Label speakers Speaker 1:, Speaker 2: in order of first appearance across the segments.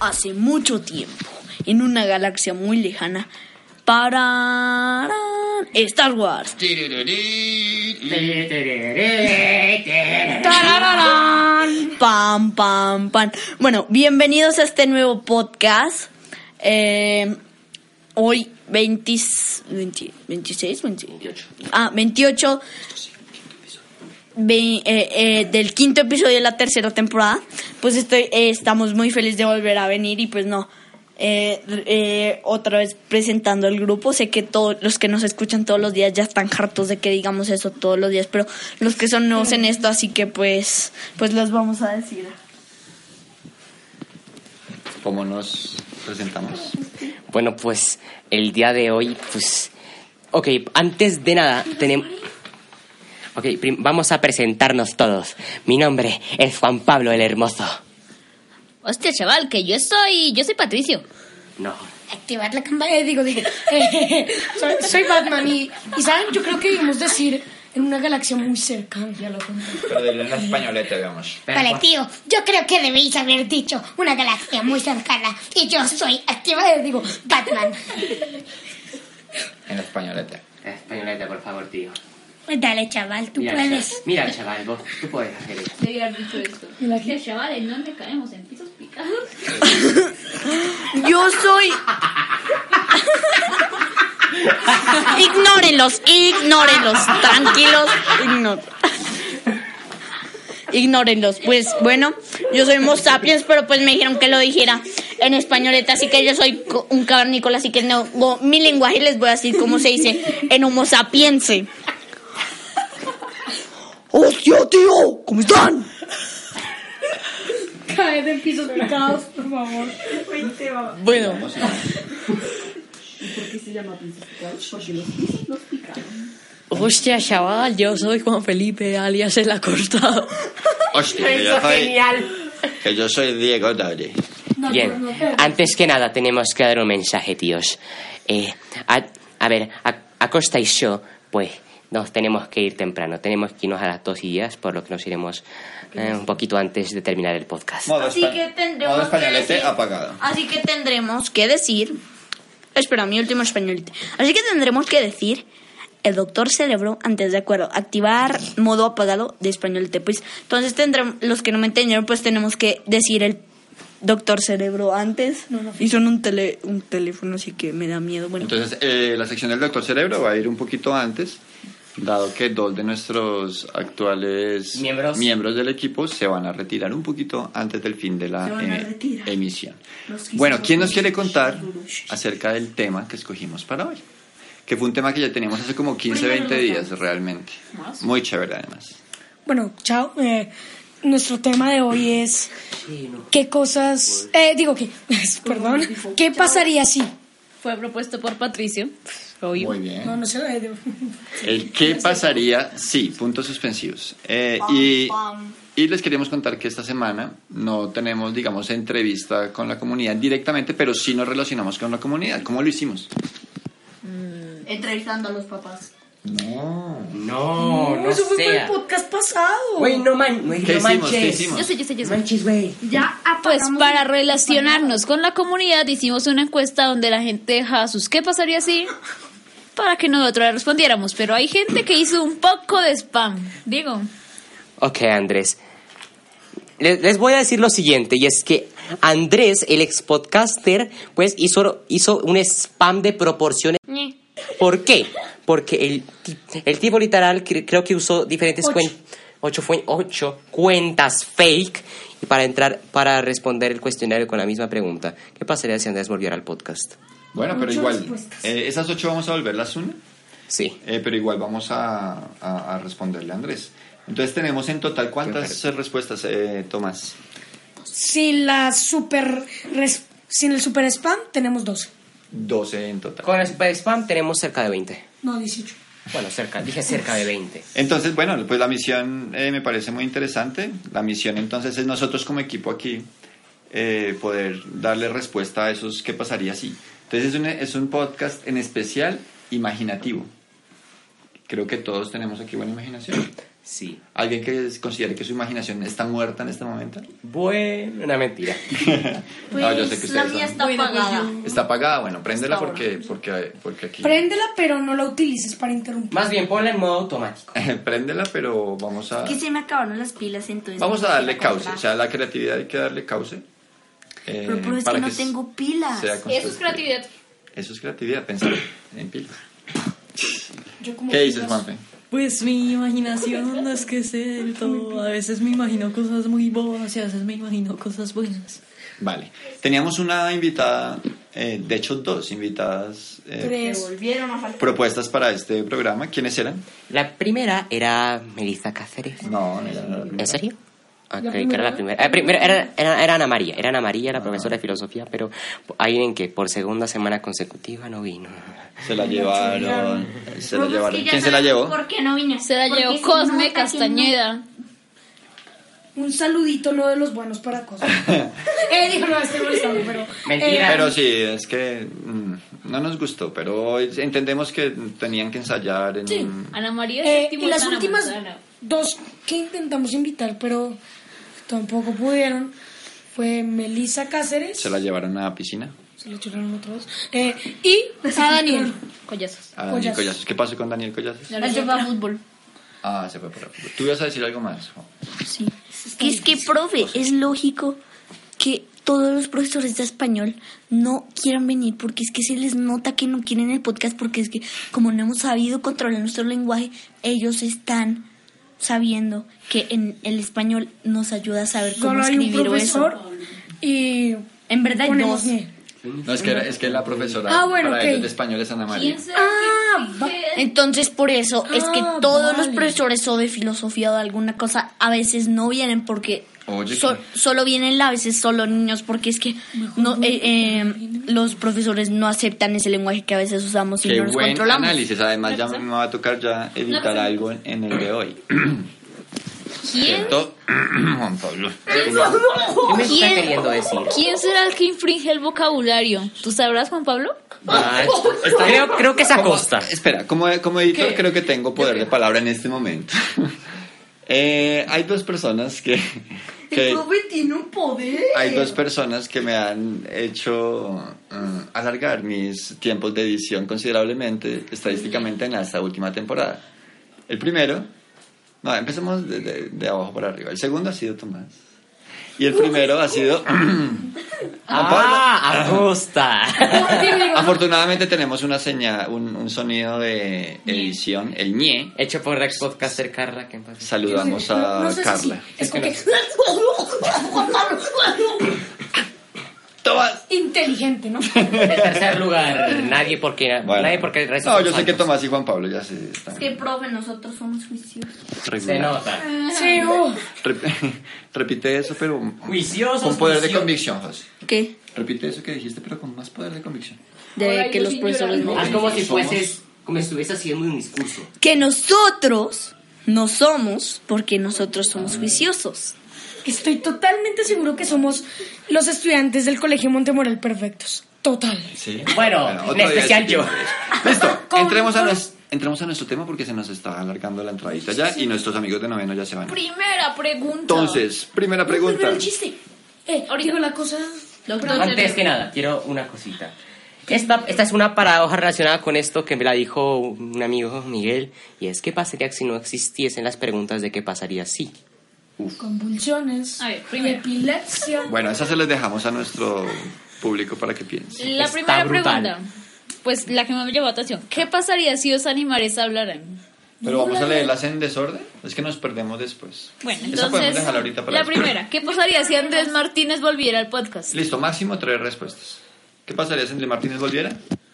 Speaker 1: Hace mucho tiempo, en una galaxia muy lejana, para Star Wars. ¡Tarararán! Pam, pam, pam. Bueno, bienvenidos a este nuevo podcast. Eh, hoy, 20, 20, 26, 28. Ah, 28 ve- eh, eh, del quinto episodio de la tercera temporada. Pues estoy, eh, estamos muy felices de volver a venir y pues no. eh, eh, otra vez presentando el grupo sé que todos los que nos escuchan todos los días ya están hartos de que digamos eso todos los días pero los que son nuevos en esto así que pues pues los vamos a decir
Speaker 2: ¿Cómo nos presentamos?
Speaker 3: Bueno, pues el día de hoy, pues... Ok, antes de nada, tenemos... Ok, prim- vamos a presentarnos todos. Mi nombre es Juan Pablo el Hermoso.
Speaker 4: Hostia, chaval, que yo soy. Yo soy Patricio.
Speaker 3: No.
Speaker 5: activar la campaña, digo, de, soy, soy Batman y, y, ¿saben? Yo creo que debemos decir en una galaxia muy cercana, ya lo conté.
Speaker 2: Pero de la españoleta, digamos.
Speaker 5: Vale, tío, yo creo que debéis haber dicho una galaxia muy cercana y yo soy activada, digo, Batman.
Speaker 2: En la españoleta.
Speaker 3: Españoleta, por favor, tío.
Speaker 5: Dale, chaval, tú puedes.
Speaker 3: Mira, chaval, vos, tú puedes hacer eso.
Speaker 4: Hostia, chavales, no me caemos en pisos picados.
Speaker 1: Yo soy. ignórenlos, ignórenlos, tranquilos, igno- Ignórenlos, pues bueno, yo soy Homo sapiens, pero pues me dijeron que lo dijera en españoleta, así que yo soy co- un cavernícola, así que no, no, mi lenguaje les voy a decir cómo se dice en Homo sapiense. ¡Hostia, tío! ¿Cómo están? Bueno,
Speaker 6: Hostia, chaval, yo soy Juan Felipe, alias el acostado.
Speaker 2: Hostia, que yo soy, que yo soy Diego Dauri.
Speaker 3: Bien, antes que nada tenemos que dar un mensaje, tíos. Eh, a, a ver, a, Acosta y yo, pues, nos tenemos que ir temprano. Tenemos que irnos a las dos y días, por lo que nos iremos eh, un poquito antes de terminar el podcast.
Speaker 2: Modo,
Speaker 1: Así
Speaker 2: espa-
Speaker 1: que tendremos
Speaker 2: modo
Speaker 1: que
Speaker 2: españolete
Speaker 1: decir-
Speaker 2: apagado.
Speaker 1: Así que tendremos que decir. Espera, mi último españolete. Así que tendremos que decir. El doctor cerebro, antes de acuerdo, activar modo apagado de españolete. Pues entonces tendremos. Los que no me entendieron, pues tenemos que decir el doctor cerebro antes. Y son un, tele, un teléfono, así que me da miedo. Bueno,
Speaker 2: Entonces, eh, la sección del Doctor Cerebro va a ir un poquito antes, dado que dos de nuestros actuales
Speaker 3: Miembros.
Speaker 2: del equipo se van a retirar un poquito antes del fin de la
Speaker 1: Se van a
Speaker 2: eh,
Speaker 1: retirar.
Speaker 2: emisión.
Speaker 1: Los que
Speaker 2: Bueno,
Speaker 1: hicieron
Speaker 2: ¿quién nos
Speaker 1: los
Speaker 2: quiere contar
Speaker 1: seguros.
Speaker 2: acerca del tema que escogimos para hoy? Que fue un tema que ya teníamos hace como 15, 20 días realmente. Muy chévere además.
Speaker 7: Bueno, chao. eh, nuestro tema de hoy es qué cosas, eh, digo que, perdón, qué pasaría si.
Speaker 4: Fue propuesto por Patricio. Obvio.
Speaker 2: Muy bien.
Speaker 7: No, no sé. eh,
Speaker 2: El qué pasaría, sí, puntos suspensivos. Eh, y, y les queremos contar que esta semana no tenemos, digamos, entrevista con la comunidad directamente, pero sí nos relacionamos con la comunidad. ¿Cómo lo hicimos?
Speaker 1: entrevistando a los papás.
Speaker 3: No, no,
Speaker 7: eso fue para
Speaker 3: sea.
Speaker 7: el podcast pasado.
Speaker 3: Güey, no, man, güey,
Speaker 2: ¿Qué
Speaker 3: no
Speaker 2: hicimos? ¿Qué
Speaker 3: manches.
Speaker 2: hicimos?
Speaker 4: Yo sé, yo sé, yo
Speaker 3: No
Speaker 4: sé.
Speaker 3: manches, güey.
Speaker 4: Pues para relacionarnos con la comunidad hicimos una encuesta donde la gente deja sus qué pasaría así para que nosotros la respondiéramos. Pero hay gente que hizo un poco de spam. Digo,
Speaker 3: Ok, Andrés. Le- Les, voy a decir lo siguiente, y es que Andrés, el ex podcaster, pues hizo, hizo un spam de proporciones. ¿Por qué? Porque el, ti- el tipo literal cre- creo que usó diferentes cuen- ocho fue- ocho cuentas fake y para entrar, para responder el cuestionario con la misma pregunta. ¿Qué pasaría si Andrés volviera al podcast?
Speaker 2: Bueno, pero igual, eh, esas ocho vamos a volverlas una,
Speaker 3: Sí.
Speaker 2: eh, pero igual vamos a, a- a responderle a Andrés. Entonces tenemos en total cuántas eh, respuestas, eh, Tomás.
Speaker 7: Sin la super, res- sin el super spam tenemos 12.
Speaker 2: 12 en total.
Speaker 3: Con el spam tenemos cerca de 20.
Speaker 7: No, 18.
Speaker 3: Bueno, cerca, dije cerca de 20.
Speaker 2: Entonces, bueno, pues la misión eh, me parece muy interesante. La misión entonces es nosotros como equipo aquí eh, poder darle respuesta a esos qué pasaría si. Entonces es un, es un podcast en especial imaginativo. Creo que todos tenemos aquí buena imaginación.
Speaker 3: Sí.
Speaker 2: ¿Alguien que considere que su imaginación está muerta en este momento?
Speaker 3: Bueno, una mentira.
Speaker 2: no, yo sé que
Speaker 8: Pues, la
Speaker 2: ustedes
Speaker 8: mía
Speaker 2: son-
Speaker 8: está apagada.
Speaker 2: Está apagada, bueno, préndela porque, porque, porque aquí...
Speaker 7: Préndela, pero no la utilices para interrumpir.
Speaker 3: Más bien, ponla en modo automático.
Speaker 2: préndela, pero vamos a...
Speaker 8: Que se me acabaron las pilas, entonces.
Speaker 2: Vamos a darle cauce,
Speaker 8: causa
Speaker 2: o sea, la creatividad hay que darle cauce. eh,
Speaker 8: Pero, pero es
Speaker 2: para
Speaker 8: que no
Speaker 2: s-
Speaker 8: tengo pilas.
Speaker 2: sea
Speaker 4: Eso es
Speaker 2: constructivo.
Speaker 4: creatividad.
Speaker 2: Eso es creatividad, pensar en pilas. ¿Qué dices, Juanfe?
Speaker 6: Pues mi imaginación no es que es del todo. A veces me imagino cosas muy bobas y a veces me imagino cosas buenas.
Speaker 2: Vale. Teníamos una invitada, eh, de hecho dos invitadas, eh,
Speaker 1: Volvieron a faltar.
Speaker 2: propuestas para este programa. ¿Quiénes eran?
Speaker 3: La primera era Melissa Cáceres.
Speaker 2: No, no eran. las primeras.
Speaker 3: ¿En serio? Ah, creí que era la primera. Eh, primero era, era- era Ana María, era Ana María, la profesora de filosofía, pero hay en que por segunda semana consecutiva no vino.
Speaker 2: Se la llevaron. Se la
Speaker 8: Pero es que
Speaker 2: llevaron.
Speaker 8: ya
Speaker 2: ¿Quién se la
Speaker 8: sabemos
Speaker 2: llevó?
Speaker 8: ¿Por qué no vino?
Speaker 4: Se la
Speaker 8: Porque
Speaker 4: llevó
Speaker 8: se
Speaker 4: Cosme
Speaker 8: nota que no.
Speaker 4: Castañeda.
Speaker 7: Un saludito, no de los buenos para cosas. eh, digo, no, estoy molestando, pero. eh,
Speaker 3: Mentira.
Speaker 2: Pero sí, es que mm, no nos gustó, pero entendemos que tenían que ensayar en... un-
Speaker 4: Ana María
Speaker 7: Eh,
Speaker 4: séptimo
Speaker 7: y las
Speaker 4: Ana
Speaker 7: últimas
Speaker 4: Manzana.
Speaker 7: dos que intentamos invitar, pero tampoco pudieron, fue Melissa Cáceres.
Speaker 2: Se la llevaron a la piscina.
Speaker 7: Se la choraron otros. Eh, y a Daniel.
Speaker 4: Collazos.
Speaker 2: A Daniel
Speaker 7: Collazos.
Speaker 2: Collazos. ¿Qué pasó con Daniel Collazos?
Speaker 4: Él se fue a fútbol.
Speaker 2: Ah, se fue para fútbol. Tú ibas a decir algo más. Juan?
Speaker 1: Sí. Que es que, profe, es lógico que todos los profesores de español no quieran venir porque es que se les nota que no quieren el podcast porque es que como no hemos sabido controlar nuestro lenguaje, ellos están sabiendo que en el español nos ayuda a saber cómo
Speaker 5: Solo hay un
Speaker 1: escribir o
Speaker 5: profesor
Speaker 1: eso.
Speaker 5: y
Speaker 1: En verdad,
Speaker 5: ponemos
Speaker 1: dos.
Speaker 5: nie.
Speaker 2: No, es que, era- es que la profesora
Speaker 5: Ah, bueno,
Speaker 2: para
Speaker 5: ok.
Speaker 2: ellos de español es Ana María.
Speaker 1: Entonces, por eso es que
Speaker 5: Ah,
Speaker 1: todos los
Speaker 5: vale.
Speaker 1: profesores o de filosofía o de alguna cosa a veces no vienen porque
Speaker 2: Oye,
Speaker 1: so-
Speaker 2: que-
Speaker 1: solo vienen a veces solo niños porque es que no, eh, eh, los profesores no aceptan ese lenguaje que a veces usamos y
Speaker 2: Qué
Speaker 1: no nos
Speaker 2: buen
Speaker 1: controlamos.
Speaker 2: análisis. Además, ya me va a tocar ya editar algo en, en el de hoy.
Speaker 4: ¿Quién,
Speaker 2: Siento- Juan Pablo.
Speaker 3: ¿Qué me está
Speaker 4: ¿Quién?
Speaker 3: queriendo decir?
Speaker 4: ¿Quién será el que infringe el vocabulario? ¿Tú sabrás, Juan Pablo?
Speaker 3: Ah, creo, creo que es Acosta.
Speaker 2: Espera, como, como editor creo que tengo poder de palabra en este momento. Eh, hay dos personas que... que
Speaker 5: tiene un poder.
Speaker 2: hay dos personas que me han hecho mm, alargar mis tiempos de edición considerablemente, estadísticamente, en esta última temporada. El primero, no, empecemos de, de- de abajo para arriba. El segundo ha sido Tomás. Y el primero ha sido... Juan Pablo.
Speaker 3: Ah, Acosta.
Speaker 2: Afortunadamente tenemos una señal, un, un sonido de edición, el ñe.
Speaker 3: Hecho por Rex Podcaster Carla, que en paz descanse.
Speaker 2: Saludamos a
Speaker 5: No sé si sí,
Speaker 2: Carla.
Speaker 5: es como que
Speaker 2: Tomás.
Speaker 5: inteligente, ¿no?
Speaker 3: En tercer lugar, nadie porque,
Speaker 2: Bueno.
Speaker 3: nadie porque el resto
Speaker 2: No,
Speaker 3: son
Speaker 2: yo sé que
Speaker 3: santos.
Speaker 2: Tomás y Juan Pablo ya se están...
Speaker 8: Es que, profe, nosotros somos juiciosos.
Speaker 3: Se
Speaker 2: regulando.
Speaker 3: nota.
Speaker 5: Sí, uh,
Speaker 2: Rep- repite eso, pero
Speaker 3: Juiciosos,
Speaker 2: con poder de
Speaker 3: juiciosos.
Speaker 2: convicción, José.
Speaker 1: ¿Qué?
Speaker 2: Repite eso que dijiste, pero con más poder de convicción.
Speaker 1: De que los profesores no.
Speaker 3: Haz como
Speaker 2: Somos-
Speaker 3: si fueses, como estuviese haciendo un discurso.
Speaker 1: Que nosotros no somos porque nosotros somos juiciosos.
Speaker 7: Estoy totalmente seguro que somos los estudiantes del Colegio Montemorel perfectos. Total.
Speaker 2: Sí.
Speaker 3: Bueno,
Speaker 2: otro
Speaker 3: en
Speaker 2: día
Speaker 3: especial yo.
Speaker 2: discutimos eso. Listo, entremos a, nos- entremos a nuestro tema porque se nos está alargando la entradita ya y nuestros amigos de noveno ya se van.
Speaker 4: Primera pregunta.
Speaker 2: Entonces, primera pregunta.
Speaker 5: Pero el chiste. Eh,
Speaker 4: Ahorita.
Speaker 5: digo la cosa.
Speaker 3: Antes que nada, quiero una cosita. Esta, esta es una paradoja relacionada con esto que me la dijo un amigo Miguel, y es ¿qué pasaría si no existiesen las preguntas de qué pasaría si?
Speaker 5: Convulsiones.
Speaker 4: A ver, primero.
Speaker 5: Epilepsia.
Speaker 2: Bueno, esa se les dejamos a nuestro público para que piense.
Speaker 4: La
Speaker 3: Está
Speaker 4: primera
Speaker 3: brutal.
Speaker 4: pregunta. Pues la que más me llamó la atención. ¿Qué pasaría si los animales hablaran?
Speaker 2: Pero vamos a leerlas en desorden, es que nos perdemos después.
Speaker 4: Bueno,
Speaker 2: Esa podemos
Speaker 4: entonces.
Speaker 2: dejarla ahorita para
Speaker 4: la
Speaker 2: después.
Speaker 4: primera. ¿Qué pasaría si Andrés Martínez volviera al podcast?
Speaker 2: Listo, máximo tres respuestas. ¿Qué pasaría si Andrés Martínez volviera?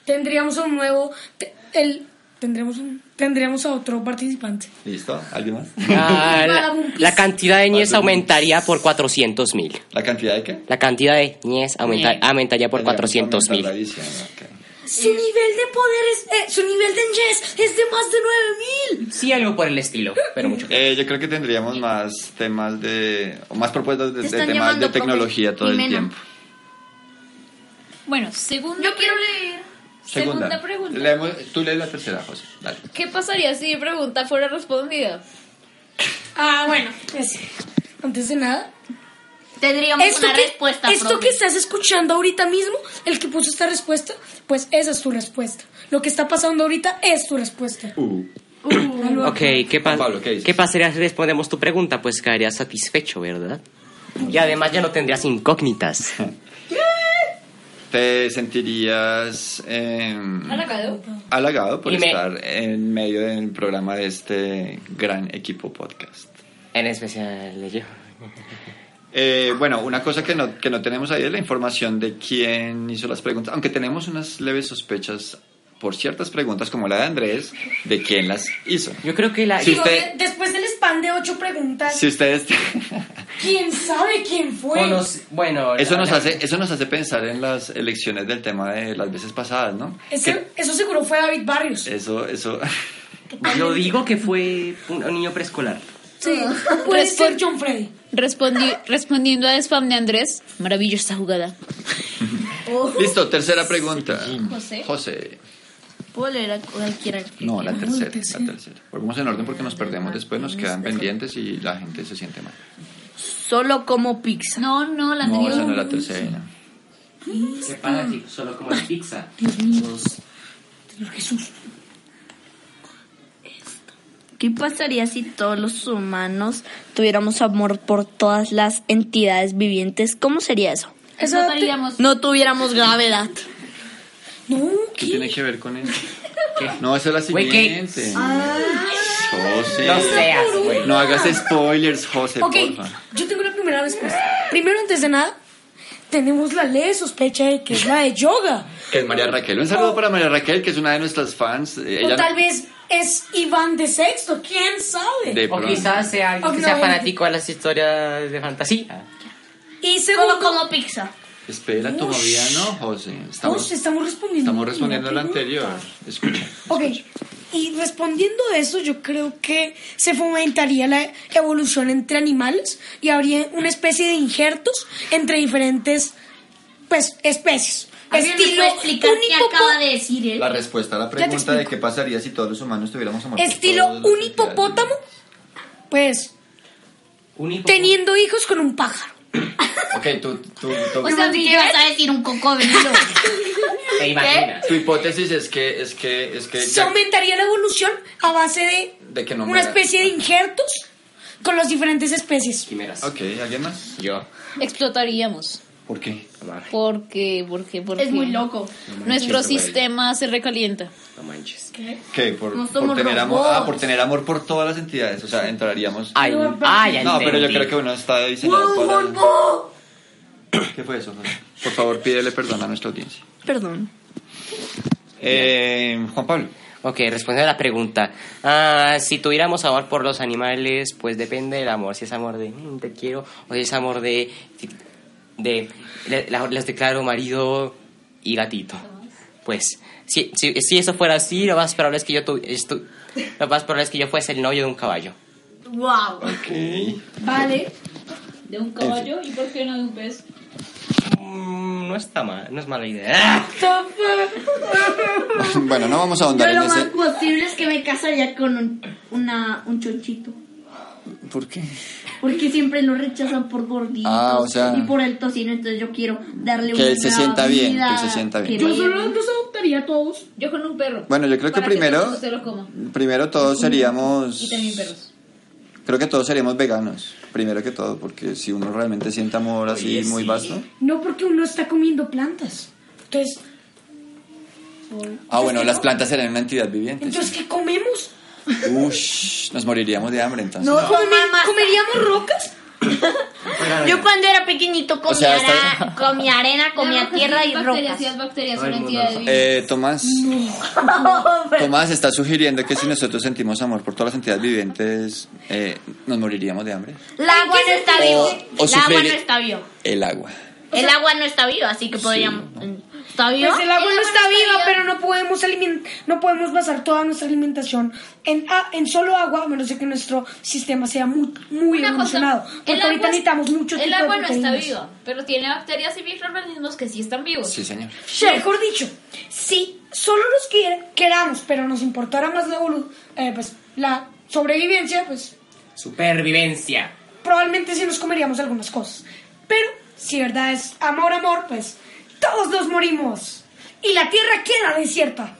Speaker 7: Tendríamos un nuevo. te- el, tendremos un- tendríamos a otro participante.
Speaker 2: Listo, ¿alguien más?
Speaker 3: Ah, la, la cantidad de ñez
Speaker 2: Vale.
Speaker 3: aumentaría por 400 mil.
Speaker 2: ¿La cantidad de qué?
Speaker 3: La cantidad de ñez aumenta-
Speaker 4: Ñez.
Speaker 3: aumentaría por
Speaker 2: Tendríamos que
Speaker 3: 400
Speaker 2: aumentar la
Speaker 3: mil.
Speaker 2: edición, ok.
Speaker 8: Eh,
Speaker 7: Su nivel de poder es. eh, su nivel de ingest es de más de 9000.
Speaker 3: Sí, algo por el estilo, pero mucho.
Speaker 2: Eh, yo creo que tendríamos más temas de. o más propuestas de,
Speaker 1: Te
Speaker 2: de
Speaker 1: están
Speaker 2: temas de
Speaker 1: llamando,
Speaker 2: tecnología
Speaker 1: profe.
Speaker 2: todo el
Speaker 1: Jimena.
Speaker 2: tiempo.
Speaker 4: Bueno, según
Speaker 8: Yo quiero leer.
Speaker 4: Segunda pregunta.
Speaker 2: Leemos- tú lees la tercera, José. Dale.
Speaker 4: ¿Qué pasaría si mi pregunta fuera respondida?
Speaker 5: Ah, bueno. pues, antes de nada,
Speaker 8: Tendríamos
Speaker 5: esto,
Speaker 8: una
Speaker 5: que,
Speaker 8: respuesta.
Speaker 5: esto
Speaker 8: profe.
Speaker 5: que estás escuchando ahorita mismo, el que puso esta respuesta, pues esa es tu respuesta. Lo que está pasando ahorita es tu respuesta.
Speaker 2: Uh,
Speaker 3: Ok, ¿qué, pa-
Speaker 2: Juan Pablo, ¿qué dices?
Speaker 3: ¿qué pasaría si respondemos tu pregunta? Pues quedarías satisfecho, ¿verdad? Y además ya no tendrías incógnitas.
Speaker 2: ¿Te sentirías eh,
Speaker 4: ¿Halagado?
Speaker 2: halagado por
Speaker 3: Y me-
Speaker 2: estar en medio del programa de este gran equipo podcast?
Speaker 3: En especial yo.
Speaker 2: Eh, bueno, una cosa que no, que no tenemos ahí es la información de quién hizo las preguntas, aunque tenemos unas leves sospechas por ciertas preguntas, como la de Andrés, de quién las hizo.
Speaker 3: Yo creo que la...
Speaker 2: Sí.
Speaker 5: Digo,
Speaker 2: usted-
Speaker 5: de- después del spam de ocho preguntas,
Speaker 2: Si ustedes...
Speaker 5: ¿quién sabe quién fue?
Speaker 2: Oh,
Speaker 3: Conos- Bueno,
Speaker 2: Eso
Speaker 3: la-
Speaker 2: nos
Speaker 3: la-
Speaker 2: hace, eso nos hace pensar en las elecciones del tema de las veces pasadas, ¿no?
Speaker 5: Ese- eso seguro fue David Barrios.
Speaker 2: Que- eso, eso.
Speaker 3: Yo digo que fue un un niño preescolar.
Speaker 8: Ah.
Speaker 5: Puede ser John Freddy.
Speaker 4: Respondi- respondiendo a spam de Andrés, maravillosa jugada.
Speaker 2: Listo, tercera pregunta.
Speaker 4: José.
Speaker 2: José.
Speaker 1: Puedo leer a cualquiera.
Speaker 2: No, la tercera, la tercera. Volvemos en orden porque nos perdemos después, nos quedan pendientes y la gente se siente mal.
Speaker 1: Solo como pizza.
Speaker 4: No, no, la
Speaker 2: No,
Speaker 4: anterior.
Speaker 2: esa no es la tercera.
Speaker 3: ¿Qué pasa aquí? Solo como la pizza.
Speaker 1: ¿Qué pasaría si todos los humanos tuviéramos amor por todas las entidades vivientes? ¿Cómo sería eso?
Speaker 4: Eso pasaríamos.
Speaker 1: No tuviéramos gravedad.
Speaker 2: ¿Qué tiene que ver con eso? No, esa es la
Speaker 3: Güey, ¿qué?
Speaker 2: siguiente. José.
Speaker 3: No seas, güey.
Speaker 2: No hagas spoilers, José,
Speaker 5: Ok,
Speaker 2: porfa.
Speaker 5: yo tengo la primera respuesta. Primero, antes de nada, tenemos la ley de sospecha de que es la de yoga.
Speaker 2: Que es María Raquel. Un saludo para María Raquel, que es una de nuestras fans. Eh,
Speaker 5: O
Speaker 2: Ella
Speaker 5: tal vez es Iván de sexto, quién sabe.
Speaker 2: de
Speaker 3: O
Speaker 2: pronto.
Speaker 3: quizás sea alguien que
Speaker 5: Ok,
Speaker 3: sea
Speaker 5: no,
Speaker 3: fanático a las historias de fantasía.
Speaker 5: Y
Speaker 8: Solo
Speaker 5: segundo,
Speaker 8: como pizza.
Speaker 2: Espera, todavía no, José.
Speaker 5: Ush,
Speaker 2: Estamos,
Speaker 5: estamos respondiendo.
Speaker 2: estamos respondiendo a la
Speaker 5: una
Speaker 2: anterior.
Speaker 5: pregunta.
Speaker 2: Escucha.
Speaker 5: Ok, y respondiendo a eso, yo creo que se fomentaría la evolución entre animales y habría una especie de injertos entre diferentes pues, especies.
Speaker 8: ¿Alguien me puede explicar qué
Speaker 5: unipopo-
Speaker 8: acaba de decir él?
Speaker 2: La respuesta a la
Speaker 5: te
Speaker 2: pregunta de qué pasaría si todos los humanos tuviéramos amor. por
Speaker 5: Estilo
Speaker 2: todas las
Speaker 5: un hipopótamo, pues
Speaker 3: Un hipo-
Speaker 5: teniendo hijos con un pájaro.
Speaker 2: entidades. Ok, tú, tú, tú-
Speaker 8: O sea, ¿qué vas a decir un cocodrilo?
Speaker 3: ¿Te imaginas?
Speaker 2: tu hipótesis es que, es que, es que
Speaker 5: Se
Speaker 2: ya-
Speaker 5: aumentaría la evolución a base de,
Speaker 2: De que no
Speaker 5: una
Speaker 2: muera.
Speaker 5: especie de injertos con las diferentes especies.
Speaker 3: Quimeras.
Speaker 2: Ok, ¿alguien más?
Speaker 3: Yo.
Speaker 4: Explotaríamos.
Speaker 2: ¿Por qué?
Speaker 4: Porque, porque, porque.
Speaker 8: es muy loco.
Speaker 4: Nuestro
Speaker 3: Manches, güey.
Speaker 4: sistema se recalienta.
Speaker 3: No manches.
Speaker 2: ¿Qué? Por,
Speaker 8: No
Speaker 2: por
Speaker 8: somos
Speaker 2: tener amor,
Speaker 8: robots.
Speaker 2: ah, por tener amor por todas las entidades. O sea, entraríamos.
Speaker 3: Ay, ay, ya
Speaker 2: no, pero yo
Speaker 3: Ah, entendí.
Speaker 2: creo que uno está diseñado para. ¿Qué fue eso? José? Por favor, pídele perdón a nuestra audiencia.
Speaker 1: Perdón.
Speaker 2: Eh, Juan Pablo.
Speaker 3: Ok, respondiendo a la pregunta. Ah, si tuviéramos amor por los animales, pues depende del amor. Si es amor de "Mm, te quiero o si es amor de. de. de- la- les declaro marido y gatito. Pues, si, si, si eso fuera así, lo más probable es que yo tu- estu- lo más probable es que yo fuese el novio de un caballo.
Speaker 8: Wow.
Speaker 2: Ok.
Speaker 8: Vale.
Speaker 4: De un caballo y por qué no de un pez.
Speaker 3: Mm, no está mal, no es mala idea. ¡Ah!
Speaker 2: Bueno, no vamos a
Speaker 8: Yo
Speaker 2: ahondar en
Speaker 8: lo más
Speaker 2: ese.
Speaker 8: posible es que me casaría con un, una, un chonchito.
Speaker 2: ¿Por qué?
Speaker 8: Porque siempre lo rechazan por gordito
Speaker 2: Ah, o sea-
Speaker 8: y por el tocino, entonces yo quiero darle
Speaker 2: Que
Speaker 8: una
Speaker 2: él se sienta bien, que él se
Speaker 8: vida
Speaker 2: sienta bien.
Speaker 8: que
Speaker 2: Yo
Speaker 8: vaya
Speaker 5: los adoptaría a todos.
Speaker 4: Yo con un perro.
Speaker 2: Bueno, yo creo que
Speaker 4: Para
Speaker 2: primero.
Speaker 4: todo el mundo se lo coma.
Speaker 2: Primero todos seríamos.
Speaker 4: Y también perros.
Speaker 2: Creo que todos seríamos veganos. Primero que todo, porque si uno realmente siente amor así muy vasto.
Speaker 5: No porque uno está comiendo plantas. Entonces,
Speaker 2: Ah, bueno, las plantas serían una entidad viviente.
Speaker 5: entonces ¿qué comemos?
Speaker 2: Ush, nos moriríamos de hambre entonces.
Speaker 8: No, mamá.
Speaker 5: ¿Comeríamos rocas?
Speaker 8: Yo cuando era pequeñito comía,
Speaker 2: O sea,
Speaker 8: ara-
Speaker 2: hasta-
Speaker 8: comía arena, comía tierra y
Speaker 4: bacterias,
Speaker 8: rocas.
Speaker 4: sí, las bacterias
Speaker 3: Ay,
Speaker 4: son
Speaker 3: mundo.
Speaker 4: entidades vivas.
Speaker 2: Eh, Tomás. Tomás está sugiriendo que si nosotros sentimos amor por todas las entidades vivientes, eh, nos moriríamos de hambre.
Speaker 8: El agua no está
Speaker 2: O-
Speaker 8: vivo.
Speaker 2: o
Speaker 8: El agua
Speaker 2: sufrir-
Speaker 8: no está vivo.
Speaker 2: El agua.
Speaker 8: El agua no está viva, así que podríamos...
Speaker 4: ¿Está viva?
Speaker 5: Pues el agua
Speaker 8: El
Speaker 5: no
Speaker 8: agua
Speaker 5: está
Speaker 8: no está
Speaker 5: viva,
Speaker 8: viva.
Speaker 5: pero no podemos aliment- no podemos basar toda nuestra alimentación en, a- en solo agua, a menos de que nuestro sistema sea muy, muy
Speaker 4: Una cosa,
Speaker 5: evolucionado. Porque
Speaker 4: el
Speaker 5: ahorita
Speaker 4: agua-
Speaker 5: necesitamos mucho
Speaker 4: El
Speaker 5: tipo de
Speaker 4: agua no está
Speaker 5: proteínas.
Speaker 4: viva, pero tiene bacterias y microorganismos que sí están vivos.
Speaker 2: Sí, señor.
Speaker 5: Mejor dicho, si solo nos quier- queramos, pero nos importara más la, evolu- eh, pues, la sobrevivencia, pues
Speaker 3: Supervivencia.
Speaker 5: probablemente sí nos comeríamos algunas cosas. Pero si de verdad es amor, amor, pues todos nos morimos. Y la tierra queda desierta.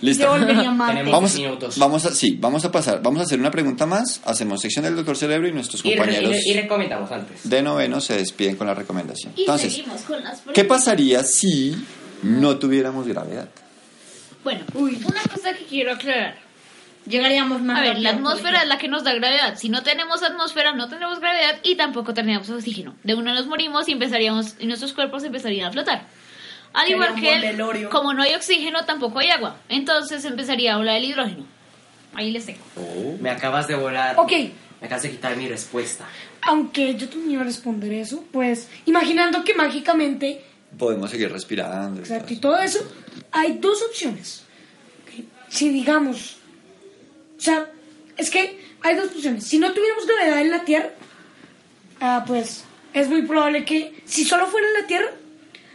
Speaker 2: Listo.
Speaker 3: Tenemos
Speaker 2: Vamos,
Speaker 3: 10 minutos.
Speaker 2: vamos a, sí, vamos a pasar, vamos a hacer una pregunta más, hacemos sección del doctor Cerebro y nuestros
Speaker 3: Y, re-
Speaker 2: compañeros
Speaker 3: y- y recomendamos antes.
Speaker 2: de noveno se despiden con la recomendación.
Speaker 8: Y
Speaker 2: Entonces,
Speaker 8: seguimos con las
Speaker 2: ¿qué pasaría si no tuviéramos gravedad?
Speaker 8: Bueno,
Speaker 4: Una cosa que quiero aclarar.
Speaker 8: llegaríamos más
Speaker 4: A ver, la
Speaker 8: rápido, por
Speaker 4: atmósfera es la que nos da gravedad. Si no tenemos atmósfera, no tenemos gravedad y tampoco tenemos oxígeno. De una nos morimos y empezaríamos y nuestros cuerpos empezarían a flotar. Al
Speaker 6: Sería
Speaker 4: igual
Speaker 6: un
Speaker 4: que el-
Speaker 6: Bondelorio.
Speaker 4: como no hay oxígeno, tampoco hay agua. Entonces empezaría a hablar del hidrógeno. Ahí les tengo.
Speaker 3: Me acabas de volar.
Speaker 5: Ok.
Speaker 3: Me acabas de quitar mi respuesta.
Speaker 5: Aunque yo también iba a responder eso, pues imaginando que mágicamente,
Speaker 2: Podemos seguir respirando. y todo
Speaker 5: exacto, y
Speaker 2: eso.
Speaker 5: todo eso, hay dos opciones. Ok, Si digamos, o sea, es que hay dos opciones. Si no tuviéramos gravedad en la Tierra, ah, pues es muy probable que si solo fuera en la Tierra,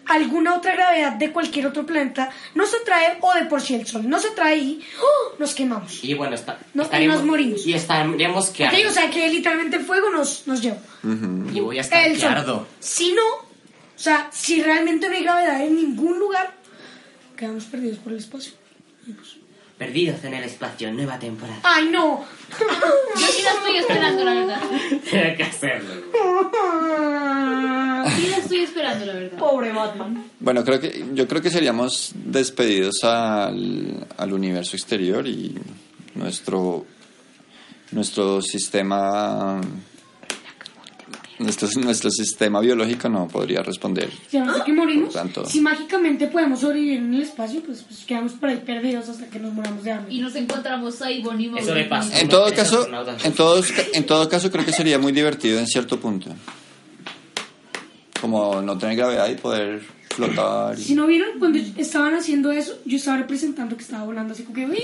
Speaker 5: alguna otra gravedad de cualquier otro planeta nos atrae o de por sí el Sol nos atrae y ¡oh! nos quemamos.
Speaker 3: Y bueno, está,
Speaker 5: No, y
Speaker 3: estaremos,
Speaker 5: nos morimos.
Speaker 3: Y estaremos que
Speaker 5: Ok, o sea que literalmente el fuego nos, nos lleva.
Speaker 3: Y voy a estar
Speaker 5: el
Speaker 3: que
Speaker 5: sol.
Speaker 3: ardo.
Speaker 5: Si no, o sea, si realmente no hay gravedad en ningún lugar, quedamos perdidos por el espacio.
Speaker 3: Perdidos en el espacio, nueva temporada.
Speaker 5: ¡Ay, no!
Speaker 4: Yo sí la estoy esperando, la verdad.
Speaker 3: Tengo que hacerlo.
Speaker 4: Sí la estoy esperando, la verdad.
Speaker 8: Pobre Batman.
Speaker 2: Bueno, creo que, yo creo que seríamos despedidos al, al universo exterior y nuestro, nuestro sistema. Nuestro, nuestro sistema biológico no podría responder.
Speaker 5: Si no sé que morimos,
Speaker 2: Por tanto.
Speaker 5: si mágicamente podemos sobrevivir en el espacio, pues, pues quedamos por ahí perdidos hasta que nos moramos de hambre.
Speaker 4: Y nos encontramos ahí, bonito.
Speaker 3: Eso le pasa.
Speaker 2: En todo caso, en todos, en todo caso creo que sería muy divertido en cierto punto. Como no tener gravedad y poder flotar. y-
Speaker 5: Si no vieron, cuando estaban haciendo eso, yo estaba representando que estaba volando así como que... "Uy".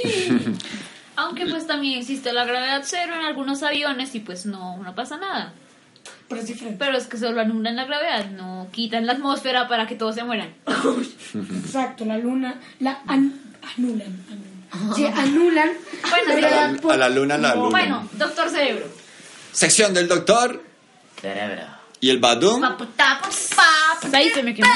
Speaker 4: Aunque pues también existe la gravedad cero en algunos aviones y pues no, no pasa nada.
Speaker 5: Pero es diferente.
Speaker 4: Pero es que solo anulan la gravedad, no quitan la atmósfera para que todos se mueran.
Speaker 5: Exacto, la luna la an- anulan. anulan. Sí, anulan.
Speaker 4: Bueno,
Speaker 5: la
Speaker 4: sí.
Speaker 5: gravedad por-
Speaker 2: a la luna,
Speaker 5: pues,
Speaker 2: la luna.
Speaker 4: Bueno, doctor cerebro.
Speaker 2: Sección del doctor
Speaker 3: Cerebro.
Speaker 2: y el Badum.
Speaker 4: Ahí se me quemó.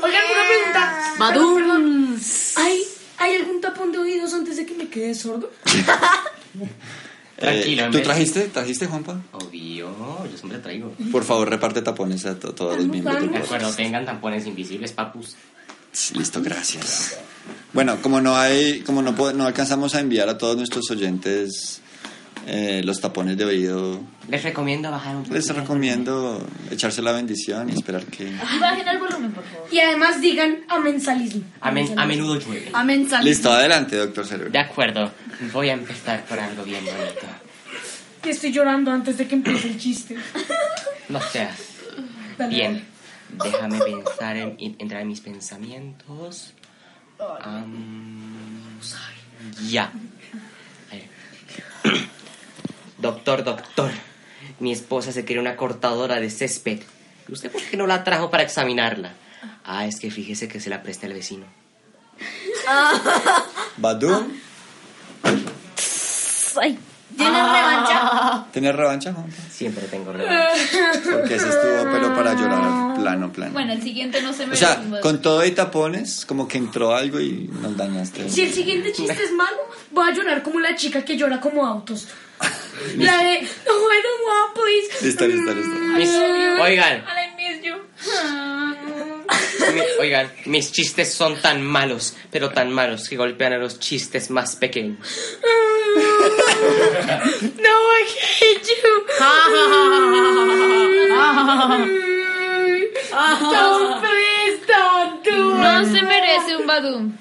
Speaker 5: Oigan, una pregunta. Perdón, perdón. ¿Hay, ¿Hay algún tapón de oídos antes de que me quede sordo?
Speaker 3: Tranquilo,
Speaker 2: Eh,
Speaker 3: en
Speaker 2: ¿Tú
Speaker 3: vez-
Speaker 2: trajiste, trajiste, Juanpa?
Speaker 3: Obvio, yo siempre traigo.
Speaker 2: Por favor, reparte tapones a to- todos los miembros del
Speaker 3: De
Speaker 2: podcast.
Speaker 3: acuerdo, tengan tampones invisibles, papus.
Speaker 2: Listo, gracias. Bueno, como no hay, como no, po- no alcanzamos a enviar a todos nuestros oyentes eh, los tapones de oído,
Speaker 3: Les recomiendo bajar un poco.
Speaker 2: les recomiendo echarse la bendición y esperar que.
Speaker 4: Y bajen el volumen, por favor.
Speaker 5: Y además digan amensalismo.
Speaker 3: A, men- a menudo llueve.
Speaker 8: Amén,
Speaker 5: Ah.
Speaker 8: salud.
Speaker 2: Listo, adelante, doctor
Speaker 3: De
Speaker 2: Cerebro.
Speaker 3: acuerdo, voy a empezar por algo bien bonito.
Speaker 5: Estoy llorando antes de que empiece el chiste.
Speaker 3: No seas.
Speaker 5: Dale,
Speaker 3: Bien,
Speaker 5: dale.
Speaker 3: déjame pensar en, en- entrar en mis pensamientos. Am, ya. A ver. Doctor, doctor, mi esposa se quiere una cortadora de césped. ¿Y usted por qué no la trajo para examinarla? Ah, es que fíjese que se la presta el vecino.
Speaker 2: Badum,
Speaker 4: Ay,
Speaker 8: ¿Tienes revancha?
Speaker 2: ¿tienes revancha, Juanpa?
Speaker 3: Siempre tengo revancha.
Speaker 2: Porque ese estuvo pelo para llorar, plano, plano.
Speaker 4: Bueno, el siguiente no se me
Speaker 2: o sea, con todo y tapones, como que entró algo y nos dañaste.
Speaker 5: Si el siguiente chiste es malo, voy a llorar como la chica que llora como autos. La de, no, pues". I don't want, please.
Speaker 2: Listo, listo, listo.
Speaker 5: Mm,
Speaker 3: Mis- oigan,
Speaker 4: I miss you.
Speaker 3: mi- oigan, mis chistes son tan malos, pero tan malos que golpean a los chistes más pequeños.
Speaker 5: No, I hate you. Don't, please, don't do it.
Speaker 4: No se merece un Badum.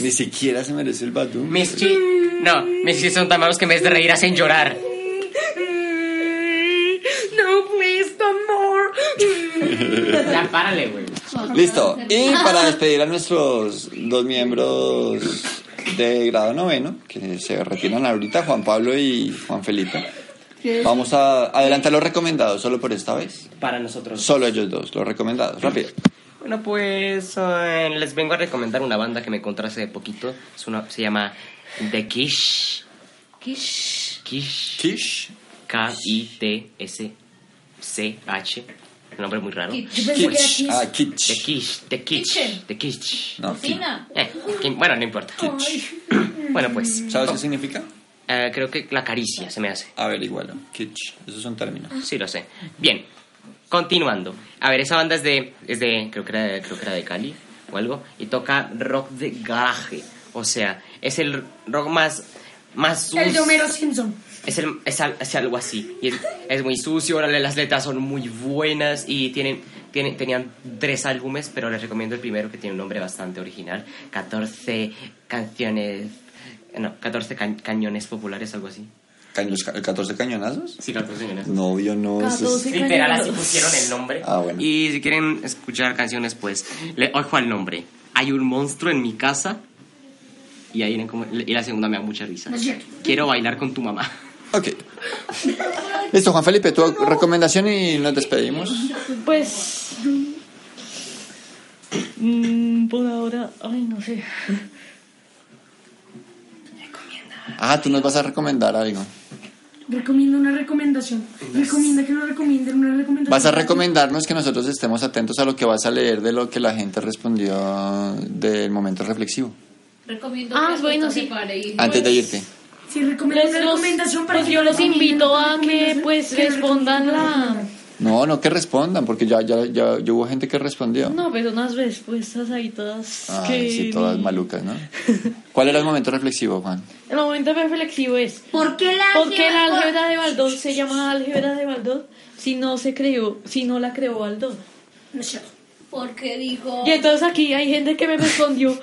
Speaker 2: Ni siquiera se mereció el Badum.
Speaker 3: Mis chi- No, mis chistes son tan malos que en vez de reír hacen llorar.
Speaker 5: No, please, don't more.
Speaker 3: Ya, párale, güey.
Speaker 2: Listo. Y para despedir a nuestros dos miembros de grado noveno, que se retiran ahorita, Juan Pablo y Juan Felipe, vamos a adelantar los recomendados solo por esta vez.
Speaker 3: Para nosotros.
Speaker 2: Solo ellos dos, los recomendados. Rápido.
Speaker 3: Bueno, pues eh, les vengo a recomendar una banda que me encontré hace poquito. Es una, se llama The Kish. Kish. Kish.
Speaker 2: Kish.
Speaker 3: K-I-T-S-C-H. Un nombre muy raro.
Speaker 2: Kitsch. Ah,
Speaker 3: The
Speaker 2: Kitsch.
Speaker 3: Kish. The Kish. The Kish.
Speaker 2: No, Kitsch.
Speaker 3: Eh, que- bueno, no importa. Bueno, pues
Speaker 2: ¿Sabes qué significa?
Speaker 3: eh, creo que la caricia se me hace.
Speaker 2: Averígualo. Kitsch. Eso es un término.
Speaker 3: Sí, lo sé. Bien, continuando. A ver, esa banda es de, es de creo, que era de creo que era de Cali o algo, y toca rock de garaje. O sea, es el rock más... más
Speaker 5: El de
Speaker 3: sucio.
Speaker 5: Homero Simpson.
Speaker 3: Es, el- es al- es algo así. Y es, es muy sucio, órale, las letras son muy buenas y tienen, tienen, tenían tres álbumes, pero les recomiendo el primero que tiene un nombre bastante original. 14 canciones... No, 14 ca- cañones populares, algo así.
Speaker 2: Caños- ca- ¿14 cañonazos?
Speaker 3: Sí, 14 cañones.
Speaker 2: No, yo no. eso es-
Speaker 3: Literal, así pusieron el nombre.
Speaker 2: Ah, bueno.
Speaker 3: Y si quieren escuchar canciones, pues, le ojo al nombre. Hay un monstruo en mi casa. Y ahí en como- y la segunda me da mucha risa. Quiero bailar con tu mamá.
Speaker 2: Ok. Listo, Juan Felipe, tu recomendación y nos despedimos.
Speaker 6: Pues. mm, por ahora. Ay, no sé.
Speaker 2: Ah, tú nos vas a recomendar algo.
Speaker 5: Recomienda una recomendación. Recomienda que nos recomienden una recomendación.
Speaker 2: Vas a recomendarnos que nosotros estemos atentos a lo que vas a leer de lo que la gente respondió del momento reflexivo.
Speaker 4: Recomiendo
Speaker 7: Ah,
Speaker 4: que la
Speaker 7: bueno,
Speaker 4: fiesta se
Speaker 7: sí.
Speaker 4: pare y-
Speaker 2: Antes de irte.
Speaker 5: Sí, recomienda
Speaker 7: Les-
Speaker 5: una
Speaker 7: los-
Speaker 5: recomendación para
Speaker 7: pues
Speaker 5: que
Speaker 7: yo
Speaker 5: nos
Speaker 7: los
Speaker 5: recomienden
Speaker 7: invito
Speaker 5: una
Speaker 7: a que,
Speaker 5: recomendación,
Speaker 7: pues,
Speaker 5: que nos
Speaker 7: respondan
Speaker 5: recomienden
Speaker 7: la-
Speaker 5: una recomendación.
Speaker 2: No, no que respondan, porque ya, ya, ya, ya hubo gente que respondió.
Speaker 6: No, pero unas respuestas ahí todas.
Speaker 2: Ay,
Speaker 6: que
Speaker 2: sí, todas
Speaker 6: ni-
Speaker 2: malucas, ¿no? ¿Cuál era el momento reflexivo, Juan?
Speaker 6: El momento reflexivo es.
Speaker 8: ¿Por qué la
Speaker 6: ¿Por qué la
Speaker 8: álgebra-
Speaker 6: álgebra de Baldor se llama álgebra de Baldor si no se creó, si no la creó Baldor?
Speaker 4: Porque digo...
Speaker 6: Y entonces aquí hay gente que me respondió.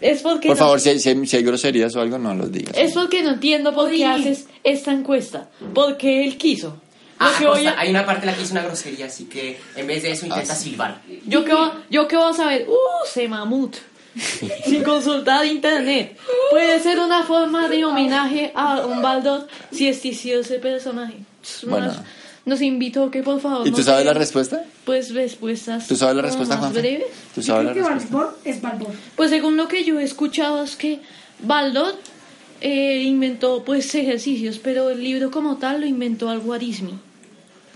Speaker 6: Es porque
Speaker 2: Por
Speaker 6: no- Eh,
Speaker 2: favor, si hay, si hay- si hay groserías o algo, no los digas.
Speaker 6: Es porque no entiendo por qué haces esta encuesta. Porque él quiso.
Speaker 3: Ah,
Speaker 6: Lo que voy a-
Speaker 3: hay una parte en la que hizo una grosería, así que en vez de eso intenta
Speaker 2: Ah,
Speaker 3: silbar.
Speaker 6: yo, que va- yo que voy a saber, uh, se mamut. Sin consultar internet. Puede ser una forma de homenaje a un baldor si existió ese personaje.
Speaker 2: Bueno.
Speaker 6: Nos, nos invitó que por favor.
Speaker 2: ¿Y tú
Speaker 6: nos
Speaker 2: sabes la
Speaker 6: den,
Speaker 2: respuesta?
Speaker 6: Pues respuestas.
Speaker 2: ¿Tú sabes la
Speaker 6: como
Speaker 2: respuesta,
Speaker 6: más
Speaker 2: Juan?
Speaker 6: breves.
Speaker 2: ¿Tú
Speaker 5: Yo
Speaker 2: sabes
Speaker 5: creo
Speaker 2: la
Speaker 5: que
Speaker 2: respuesta?
Speaker 5: Balbor es Balbor.
Speaker 6: Pues según lo que yo he escuchado es que Baldor eh, inventó pues ejercicios, pero el libro como tal lo inventó Alguarismi.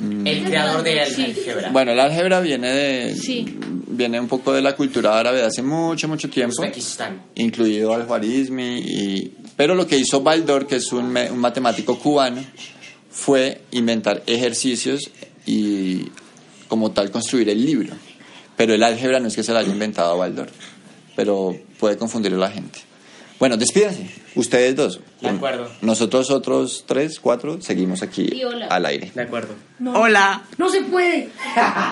Speaker 3: El creador de la álgebra.
Speaker 2: Bueno, el álgebra viene de
Speaker 6: Sí.
Speaker 2: viene un poco de la cultura árabe de hace mucho mucho
Speaker 3: Pues
Speaker 2: tiempo,
Speaker 3: Uzbekistán.
Speaker 2: incluido al-Khwarizmi y pero lo que hizo Baldor, que es un, me- un matemático cubano, fue inventar ejercicios y como tal construir el libro. Pero el álgebra no es que se lo haya inventado Baldor, pero puede confundir a la gente. Bueno, despídanse, ustedes dos.
Speaker 3: De acuerdo.
Speaker 2: Nosotros otros tres, cuatro, seguimos aquí
Speaker 4: Y hola.
Speaker 2: al aire.
Speaker 3: De acuerdo.
Speaker 6: Hola.
Speaker 5: No se puede.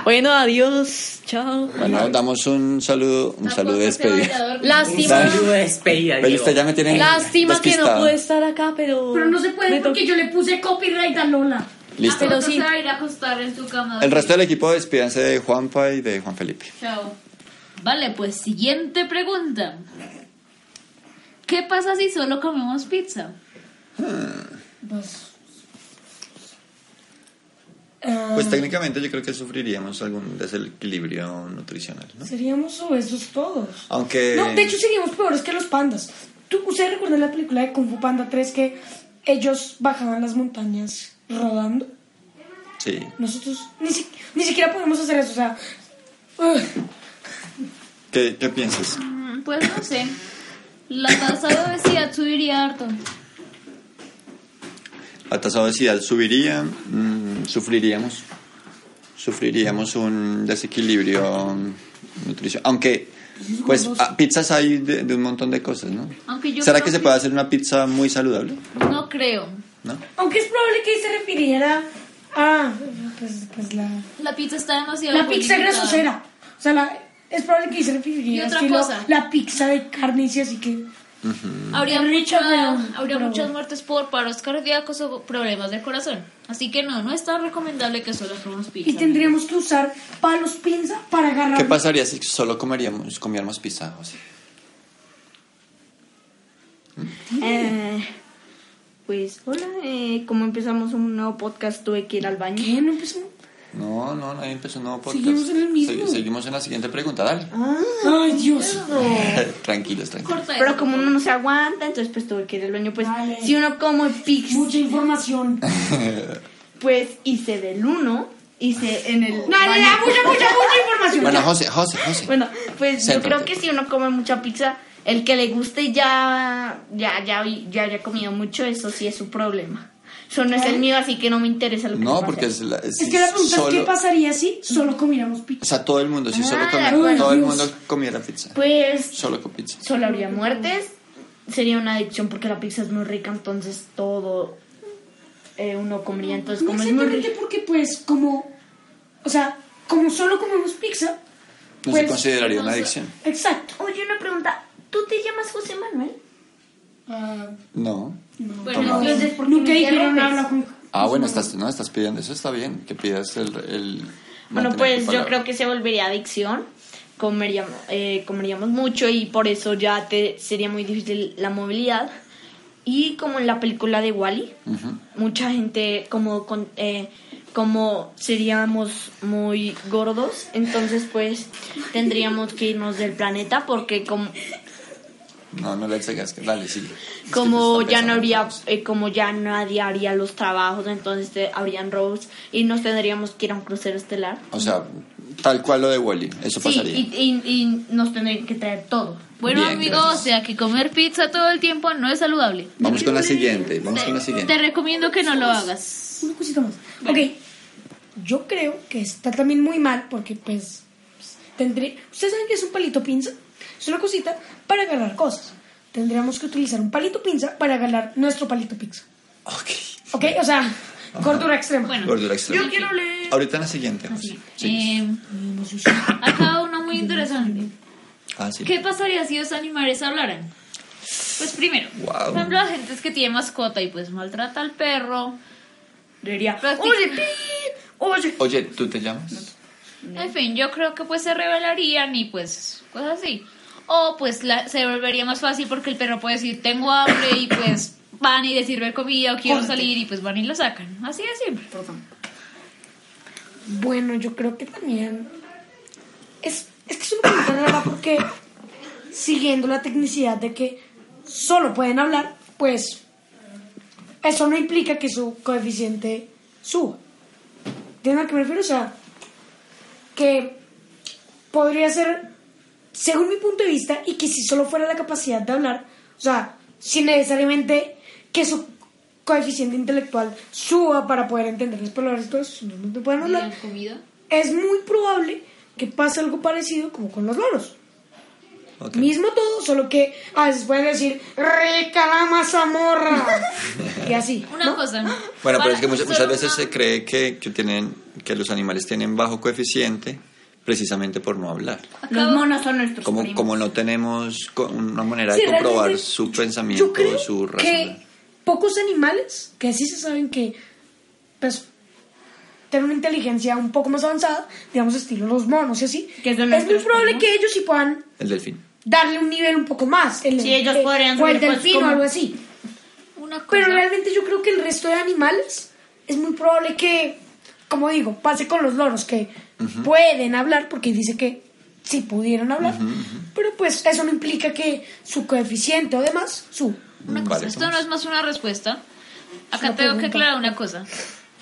Speaker 6: Bueno, adiós. Chao.
Speaker 2: Bueno, damos un saludo, un saludo de despedida.
Speaker 6: Lástima.
Speaker 2: Un saludo
Speaker 3: de despedida.
Speaker 2: Pero usted ya me tiene
Speaker 6: Lástima que no
Speaker 2: despistado.
Speaker 6: pude estar acá, pero...
Speaker 5: Pero no se
Speaker 6: Oh, me
Speaker 5: puede
Speaker 6: to-
Speaker 5: porque yo le puse copyright a Lola.
Speaker 2: Listo.
Speaker 6: Ah,
Speaker 4: Pero sí. se va a ir a acostar en su cama.
Speaker 2: El resto del equipo despídanse de Juanpa y de Juan Felipe.
Speaker 4: Chao. Vale, pues siguiente pregunta. ¿Qué pasa si solo comemos pizza?
Speaker 2: Pues técnicamente yo creo que sufriríamos algún desequilibrio nutricional, ¿no?
Speaker 5: Seríamos obesos todos.
Speaker 2: Aunque
Speaker 5: No, de hecho seríamos peores que los pandas. ¿Tú, ¿Ustedes recuerdan la película de Kung Fu Panda 3 que ellos bajaban las montañas rodando?
Speaker 2: sí.
Speaker 5: Nosotros ni, si- ni siquiera podemos hacer eso. O sea, ugh.
Speaker 2: ¿Qué, qué piensas?
Speaker 4: Mm, Pues no sé. La tasa de obesidad subiría harto.
Speaker 2: La tasa de obesidad subiría, mm, sufriríamos, sufriríamos un desequilibrio nutricional. Aunque, pues, ah, pizzas hay de, de un montón de cosas, ¿no?
Speaker 4: Aunque yo
Speaker 2: ¿Será
Speaker 4: creo
Speaker 2: que se
Speaker 4: que-
Speaker 2: puede hacer una pizza muy saludable?
Speaker 4: No creo.
Speaker 2: ¿No?
Speaker 5: aunque es probable que ahí se refiriera a pues, pues la,
Speaker 4: La pizza está demasiado.
Speaker 5: la pizza
Speaker 4: modificada.
Speaker 5: grasosera. O sea, la- es probable que ahí se refiriera
Speaker 4: Y otra
Speaker 5: estilo
Speaker 4: cosa.
Speaker 5: la pizza de carne y así que
Speaker 4: Habría, mucha- habría muchas muertes por paros cardíacos o problemas del corazón. Así que no, no es tan recomendable que solo comamos
Speaker 6: Y
Speaker 4: pizza.
Speaker 6: tendríamos que usar palos pinza para agarrar.
Speaker 2: ¿Qué pasaría si solo comeríamos, comiéramos pizza, José?
Speaker 1: Eh, pues hola, eh, como empezamos un nuevo podcast tuve que ir al baño.
Speaker 6: ¿Qué? No empezó.
Speaker 2: No, no, nadie empezó un nuevo podcast.
Speaker 6: Seguimos en el mismo.
Speaker 2: Segui- seguimos en la siguiente pregunta, dale.
Speaker 1: Ah.
Speaker 6: Ay, Dios.
Speaker 2: tranquilos, tranquilos.
Speaker 4: Corta
Speaker 1: Pero
Speaker 4: eso.
Speaker 1: como uno no se aguanta, entonces pues tuve que ir al baño. Pues si uno come pizza,
Speaker 6: Mucha información.
Speaker 1: pues hice del uno, hice en el...
Speaker 6: No, no,
Speaker 1: baño.
Speaker 6: no, mucha, mucha, mucha información.
Speaker 2: Bueno, José, José, José.
Speaker 1: Bueno, pues
Speaker 2: Céntrate.
Speaker 1: yo creo que si uno come mucha pizza, el que le guste ya ya ya ya haya comido mucho, eso sí es su problema. Eso no es el mío, así que no me interesa lo que
Speaker 2: no,
Speaker 1: pase.
Speaker 2: porque es, la,
Speaker 6: Es que la pregunta
Speaker 2: solo,
Speaker 6: es qué pasaría si solo comiéramos
Speaker 2: O
Speaker 6: pizza.
Speaker 2: sea, todo el mundo, si solo
Speaker 1: Ah,
Speaker 2: comi-
Speaker 1: de acuerdo.
Speaker 2: todo el mundo comiera pizza.
Speaker 1: pues
Speaker 2: Solo con pizza.
Speaker 1: solo habría muertes, sería una adicción porque la pizza es muy rica, entonces todo eh, uno comería, entonces
Speaker 6: No
Speaker 1: como es muy
Speaker 6: exactamente
Speaker 1: rica.
Speaker 6: porque pues como, o sea, como solo comemos pizza,
Speaker 2: No se
Speaker 6: Pues,
Speaker 2: consideraría una adicción.
Speaker 6: exacto.
Speaker 5: Oye, una pregunta. ¿Tú te llamas José Manuel?
Speaker 2: No.
Speaker 4: Bueno,
Speaker 2: Tomás.
Speaker 4: entonces,
Speaker 5: ¿por qué
Speaker 6: Nunca
Speaker 5: me
Speaker 6: dijeron
Speaker 5: interrumpes?
Speaker 6: habla con...
Speaker 2: Ah, bueno, estás, no, estás pidiendo, eso está bien, que pidas el... el
Speaker 1: Bueno,
Speaker 2: mantener tu
Speaker 1: pues yo
Speaker 2: palabra.
Speaker 1: creo que se volvería adicción. Comeríamos, eh, comeríamos mucho y por eso ya te sería muy difícil la movilidad. Y como en la película de Wally,
Speaker 2: Ujú.
Speaker 1: mucha gente como con, eh, como seríamos muy gordos, entonces pues tendríamos que irnos del planeta porque como
Speaker 2: No, no le enseñas, que dale, sigue. Es
Speaker 1: como
Speaker 2: que te
Speaker 1: ya
Speaker 2: están
Speaker 1: no
Speaker 2: pensando
Speaker 1: habría
Speaker 2: en cosas.
Speaker 1: eh, como ya nadie haría los trabajos, entonces eh, habrían robos y nos tendríamos que ir a un crucero estelar.
Speaker 2: O sea, tal cual lo de Wally, eso
Speaker 1: Sí,
Speaker 2: pasaría.
Speaker 1: y, y- y nos tendrían que traer todo.
Speaker 4: bueno
Speaker 2: Bien,
Speaker 4: amigos,
Speaker 2: gracias.
Speaker 4: o sea que comer pizza todo el tiempo no es saludable.
Speaker 2: Vamos con la siguiente, vamos con la siguiente.
Speaker 4: Te recomiendo que no lo hagas.
Speaker 6: Una cosita más. Ok, yo creo que está también muy mal porque pues tendré... Ustedes saben que es un palito pinza. Es una cosita para agarrar cosas. Tendríamos que utilizar un palito pinza para agarrar nuestro palito pizza.
Speaker 2: Ok.
Speaker 6: Ok, o sea, gordura extrema.
Speaker 4: Bueno,
Speaker 2: Gordura extrema. Yo quiero leer. Ahorita en la siguiente. José. Sí.
Speaker 4: eh, acá una muy interesante.
Speaker 2: Ah, sí.
Speaker 4: ¿Qué pasaría si los animales hablaran? Pues primero,
Speaker 2: Wow.
Speaker 4: por ejemplo, la gente es que tiene mascota y pues maltrata al perro.
Speaker 1: Diría,
Speaker 4: practica-
Speaker 1: oye, pi, oye.
Speaker 2: Oye, ¿tú te llamas?
Speaker 4: En fin, yo creo que pues se rebelarían y pues cosas así. O pues la- se volvería más fácil porque el perro puede decir tengo hambre y pues van y le sirve comida o quiero salir y pues van y lo sacan. Así de siempre.
Speaker 6: Bueno, yo creo que también. Es, es que es una pregunta rara porque siguiendo la tecnicidad de que solo pueden hablar, pues eso no implica que su coeficiente suba. ¿Entienden a qué me refiero? O sea, que podría ser, según mi punto de vista, y que si solo fuera la capacidad de hablar, o sea, sin necesariamente que su coeficiente intelectual suba para poder entender las palabras y todo eso, si no, no te pueden hablar,
Speaker 4: comida?
Speaker 6: es muy probable que pase algo parecido como con los loros.
Speaker 2: Ok.
Speaker 6: Mismo todo, solo que a veces pueden decir, rica la mazamorra. y así.
Speaker 4: Una
Speaker 6: ¿no?
Speaker 4: cosa.
Speaker 2: Bueno, pero
Speaker 4: Para-
Speaker 2: es que muchas,
Speaker 4: solo
Speaker 2: muchas veces
Speaker 4: una-
Speaker 2: se cree que, que, tienen, que los animales tienen bajo coeficiente precisamente por no hablar.
Speaker 1: Los monos son nuestros
Speaker 2: Como,
Speaker 1: primos.
Speaker 2: como no tenemos co- una manera
Speaker 6: Sí,
Speaker 2: de comprobar
Speaker 6: realmente,
Speaker 2: su
Speaker 6: Yo
Speaker 2: pensamiento,
Speaker 6: creo
Speaker 2: su
Speaker 6: que
Speaker 2: razón.
Speaker 6: pocos animales que sí se saben que pues, tienen una inteligencia un poco más avanzada, digamos estilo los monos y así,
Speaker 1: Que
Speaker 6: es
Speaker 1: son
Speaker 6: muy
Speaker 1: nuestros
Speaker 6: probable
Speaker 1: primos.
Speaker 6: que ellos sí puedan
Speaker 2: El delfín.
Speaker 6: darle un nivel un poco más. El,
Speaker 1: Sí, ellos
Speaker 6: eh,
Speaker 1: podrían
Speaker 6: o el
Speaker 1: ser, pues,
Speaker 6: delfín o
Speaker 1: como-
Speaker 6: algo así.
Speaker 4: Una cosa.
Speaker 6: Pero realmente yo creo que el resto de animales es muy probable que, como digo, pase con los loros que pueden hablar, porque dice que sí pudieron hablar, pero pues eso no implica que su coeficiente o demás, su...
Speaker 4: Una cosa,
Speaker 2: Vale,
Speaker 4: esto
Speaker 2: vamos.
Speaker 4: no es más una respuesta. Acá tengo
Speaker 6: Una
Speaker 4: que
Speaker 6: pregunta.
Speaker 4: aclarar una cosa.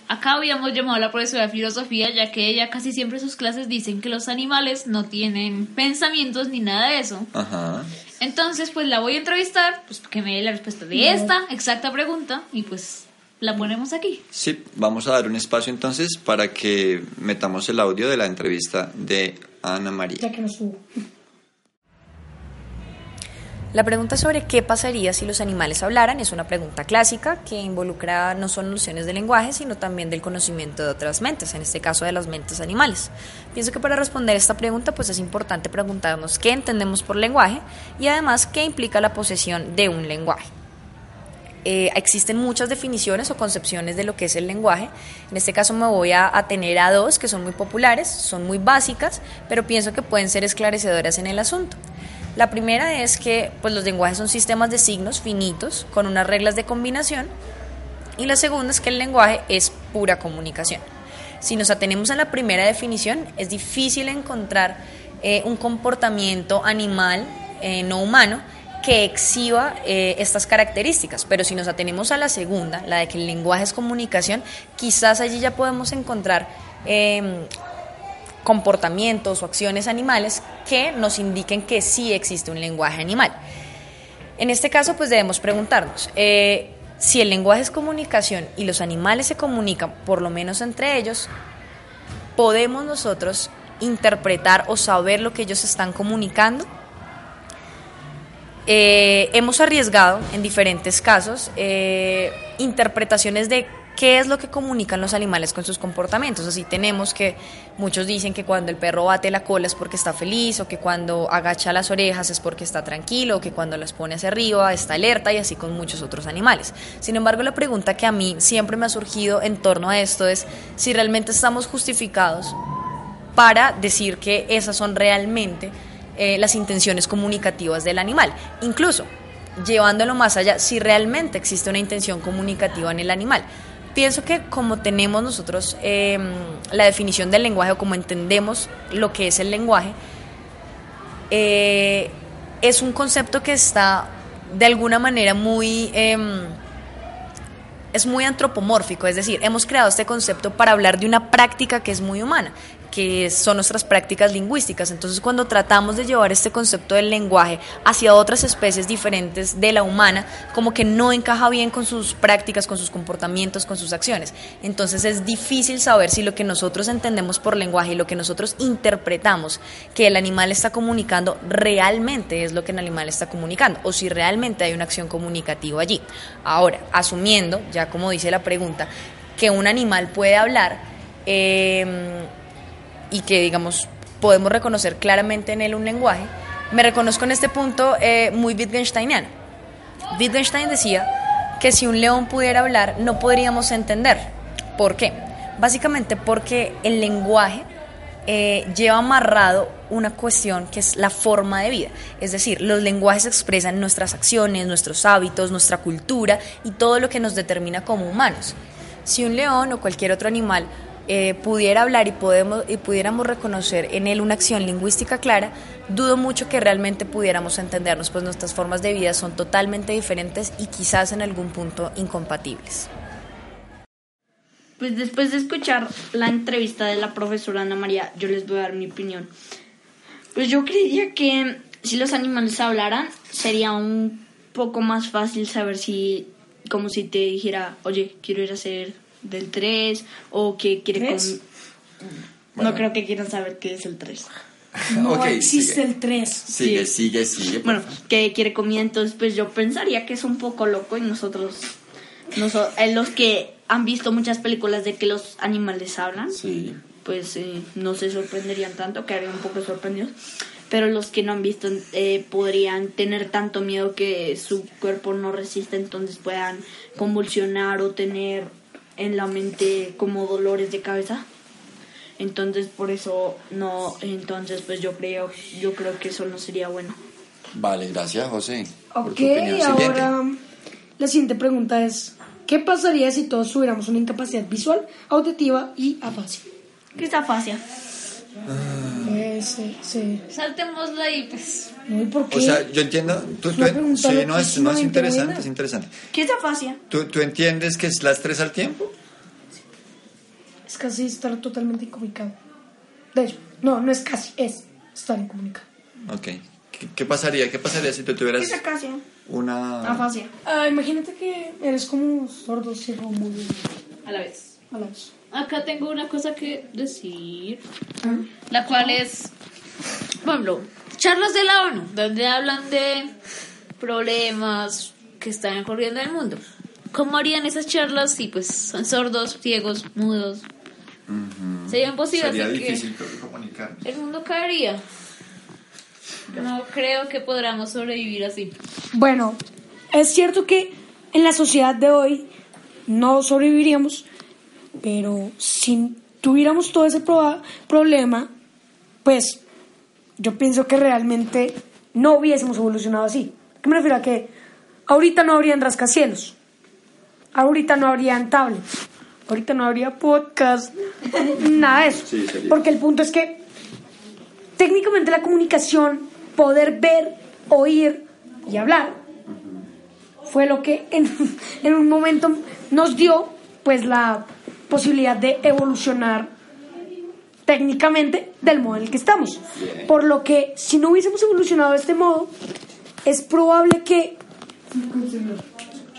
Speaker 4: Acá habíamos llamado a la profesora de filosofía, ya que ella casi siempre en sus clases dicen que los animales no tienen pensamientos ni nada de eso.
Speaker 2: Ajá.
Speaker 4: Entonces, pues la voy a entrevistar, pues que me dé la respuesta de esta exacta pregunta y pues la ponemos aquí.
Speaker 2: Sí, vamos a dar un espacio entonces para que metamos el audio de la entrevista de Ana María.
Speaker 6: Ya que no estuvo.
Speaker 9: La pregunta sobre qué pasaría si los animales hablaran es una pregunta clásica que involucra no solo nociones de lenguaje, sino también del conocimiento de otras mentes, en este caso de las mentes animales. Pienso que para responder esta pregunta pues es importante preguntarnos qué entendemos por lenguaje y además qué implica la posesión de un lenguaje. Eh, existen muchas definiciones o concepciones de lo que es el lenguaje. En este caso me voy a atener a dos que son muy populares, son muy básicas, pero pienso que pueden ser esclarecedoras en el asunto. La primera es que pues, los lenguajes son sistemas de signos finitos con unas reglas de combinación y la segunda es que el lenguaje es pura comunicación. Si nos atenemos a la primera definición, es difícil encontrar eh, un comportamiento animal eh, no humano que exhiba eh, estas características, pero si nos atenemos a la segunda, la de que el lenguaje es comunicación, quizás allí ya podemos encontrar eh, comportamientos o acciones animales que nos indiquen que sí existe un lenguaje animal. En este caso, pues debemos preguntarnos, eh, si el lenguaje es comunicación y los animales se comunican, por lo menos entre ellos, ¿podemos nosotros interpretar o saber lo que ellos están comunicando? Eh, hemos arriesgado en diferentes casos eh, interpretaciones de qué es lo que comunican los animales con sus comportamientos. Así tenemos que muchos dicen que cuando el perro bate la cola es porque está feliz, o que cuando agacha las orejas es porque está tranquilo, o que cuando las pone hacia arriba está alerta y así con muchos otros animales. Sin embargo, la pregunta que a mí siempre me ha surgido en torno a esto es si realmente estamos justificados para decir que esas son realmente eh, las intenciones comunicativas del animal. Incluso, llevándolo más allá, si realmente existe una intención comunicativa en el animal. Pienso que como tenemos nosotros eh, la definición del lenguaje o como entendemos lo que es el lenguaje, eh, es un concepto que está de alguna manera muy em, es muy antropomórfico, es decir, hemos creado este concepto para hablar de una práctica que es muy humana, que son nuestras prácticas lingüísticas. Entonces, cuando tratamos de llevar este concepto del lenguaje hacia otras especies diferentes de la humana, como que no encaja bien con sus prácticas, con sus comportamientos, con sus acciones. Entonces, es difícil saber si lo que nosotros entendemos por lenguaje y lo que nosotros interpretamos que el animal está comunicando realmente es lo que el animal está comunicando o si realmente hay una acción comunicativa allí. Ahora, asumiendo, ya como dice la pregunta, que un animal puede hablar eh, y que, digamos, podemos reconocer claramente en él un lenguaje, me reconozco en este punto eh, muy Wittgensteiniano. Wittgenstein decía que si un león pudiera hablar no podríamos entender. ¿Por qué? Básicamente porque el lenguaje eh, lleva amarrado una cuestión que es la forma de vida. Es decir, los lenguajes expresan nuestras acciones, nuestros hábitos, nuestra cultura y todo lo que nos determina como humanos. Si un león o cualquier otro animal eh, pudiera hablar y, podemos, y pudiéramos reconocer en él una acción lingüística clara, dudo mucho que realmente pudiéramos entendernos, pues nuestras formas de vida son totalmente diferentes y quizás en algún punto incompatibles.
Speaker 1: Pues después de escuchar la entrevista de la profesora Ana María, yo les voy a dar mi opinión. Pues yo creería que si los animales hablaran, sería un poco más fácil saber si, como si te dijera, oye, quiero ir a hacer del 3 o que quiere
Speaker 5: ¿Tres?
Speaker 1: com- No creo que quieran saber qué es el 3.
Speaker 5: No
Speaker 2: Ok,
Speaker 5: existe
Speaker 2: sigue.
Speaker 5: el 3.
Speaker 2: Sigue, sigue, sigue.
Speaker 1: Bueno, que quiere comida, entonces pues yo pensaría que es un poco loco y nosotros, noso- eh, los que han visto muchas películas de que los animales hablan,
Speaker 2: Sí.
Speaker 1: pues eh, no se sorprenderían tanto, quedarían un poco sorprendidos. Pero los que no han visto eh, podrían tener tanto miedo que su cuerpo no resista, entonces puedan convulsionar o tener en la mente como dolores de cabeza. Entonces por eso no, entonces pues yo creo, yo creo que eso no sería bueno.
Speaker 2: Vale, gracias, José. por
Speaker 5: Ok,
Speaker 2: tu opinión. Siguiente.
Speaker 5: ahora la siguiente pregunta es, ¿qué pasaría si todos tuviéramos una incapacidad visual, auditiva y afasia?
Speaker 1: ¿Qué está fácil?
Speaker 5: Eh, sí, sí.
Speaker 4: Saltémosla ahí, pues.
Speaker 5: No, ¿y por qué?
Speaker 2: O sea, yo entiendo. Tú, tú-
Speaker 5: Una pregunta
Speaker 2: sí, no es, no es
Speaker 5: loquísima,
Speaker 2: interesante,
Speaker 5: buena.
Speaker 2: es interesante.
Speaker 1: ¿Qué es afasia?
Speaker 2: ¿Tú, tú entiendes que es las tres al tiempo?
Speaker 5: es casi estar totalmente incomunicado. De hecho, no, no es casi, es estar incomunicado.
Speaker 2: Ok. ¿Qué, qué pasaría? ¿Qué pasaría si tú tuvieras
Speaker 1: afasia?
Speaker 2: una.
Speaker 1: Afasia.
Speaker 5: Ah, imagínate que eres como sordo, ciego, mudo,
Speaker 4: A la vez.
Speaker 5: a la vez.
Speaker 4: Acá tengo una cosa que decir, la cual es, por ejemplo, charlas de la ONU, donde hablan de problemas que están ocurriendo en el mundo. ¿Cómo harían esas charlas si pues son sordos, ciegos, mudos? Sería imposible.
Speaker 2: Sería
Speaker 4: así que-
Speaker 2: difícil creo que comunicar.
Speaker 4: El mundo caería. No creo que podamos sobrevivir así.
Speaker 5: Bueno, es cierto que en la sociedad de hoy no sobreviviríamos, pero si tuviéramos todo ese proba- problema, pues yo pienso que realmente no hubiésemos evolucionado así. ¿Qué me refiero a que ahorita no habrían rascacielos? Ahorita no habrían tablets. Ahorita no habría podcast. Nada de eso.
Speaker 2: Sí, sería.
Speaker 5: Porque el punto es que técnicamente la comunicación, poder ver, oír y hablar, fue lo que en, en un momento nos dio pues la posibilidad de evolucionar técnicamente del modo en el que estamos. Por lo que si no hubiésemos evolucionado de este modo, es probable que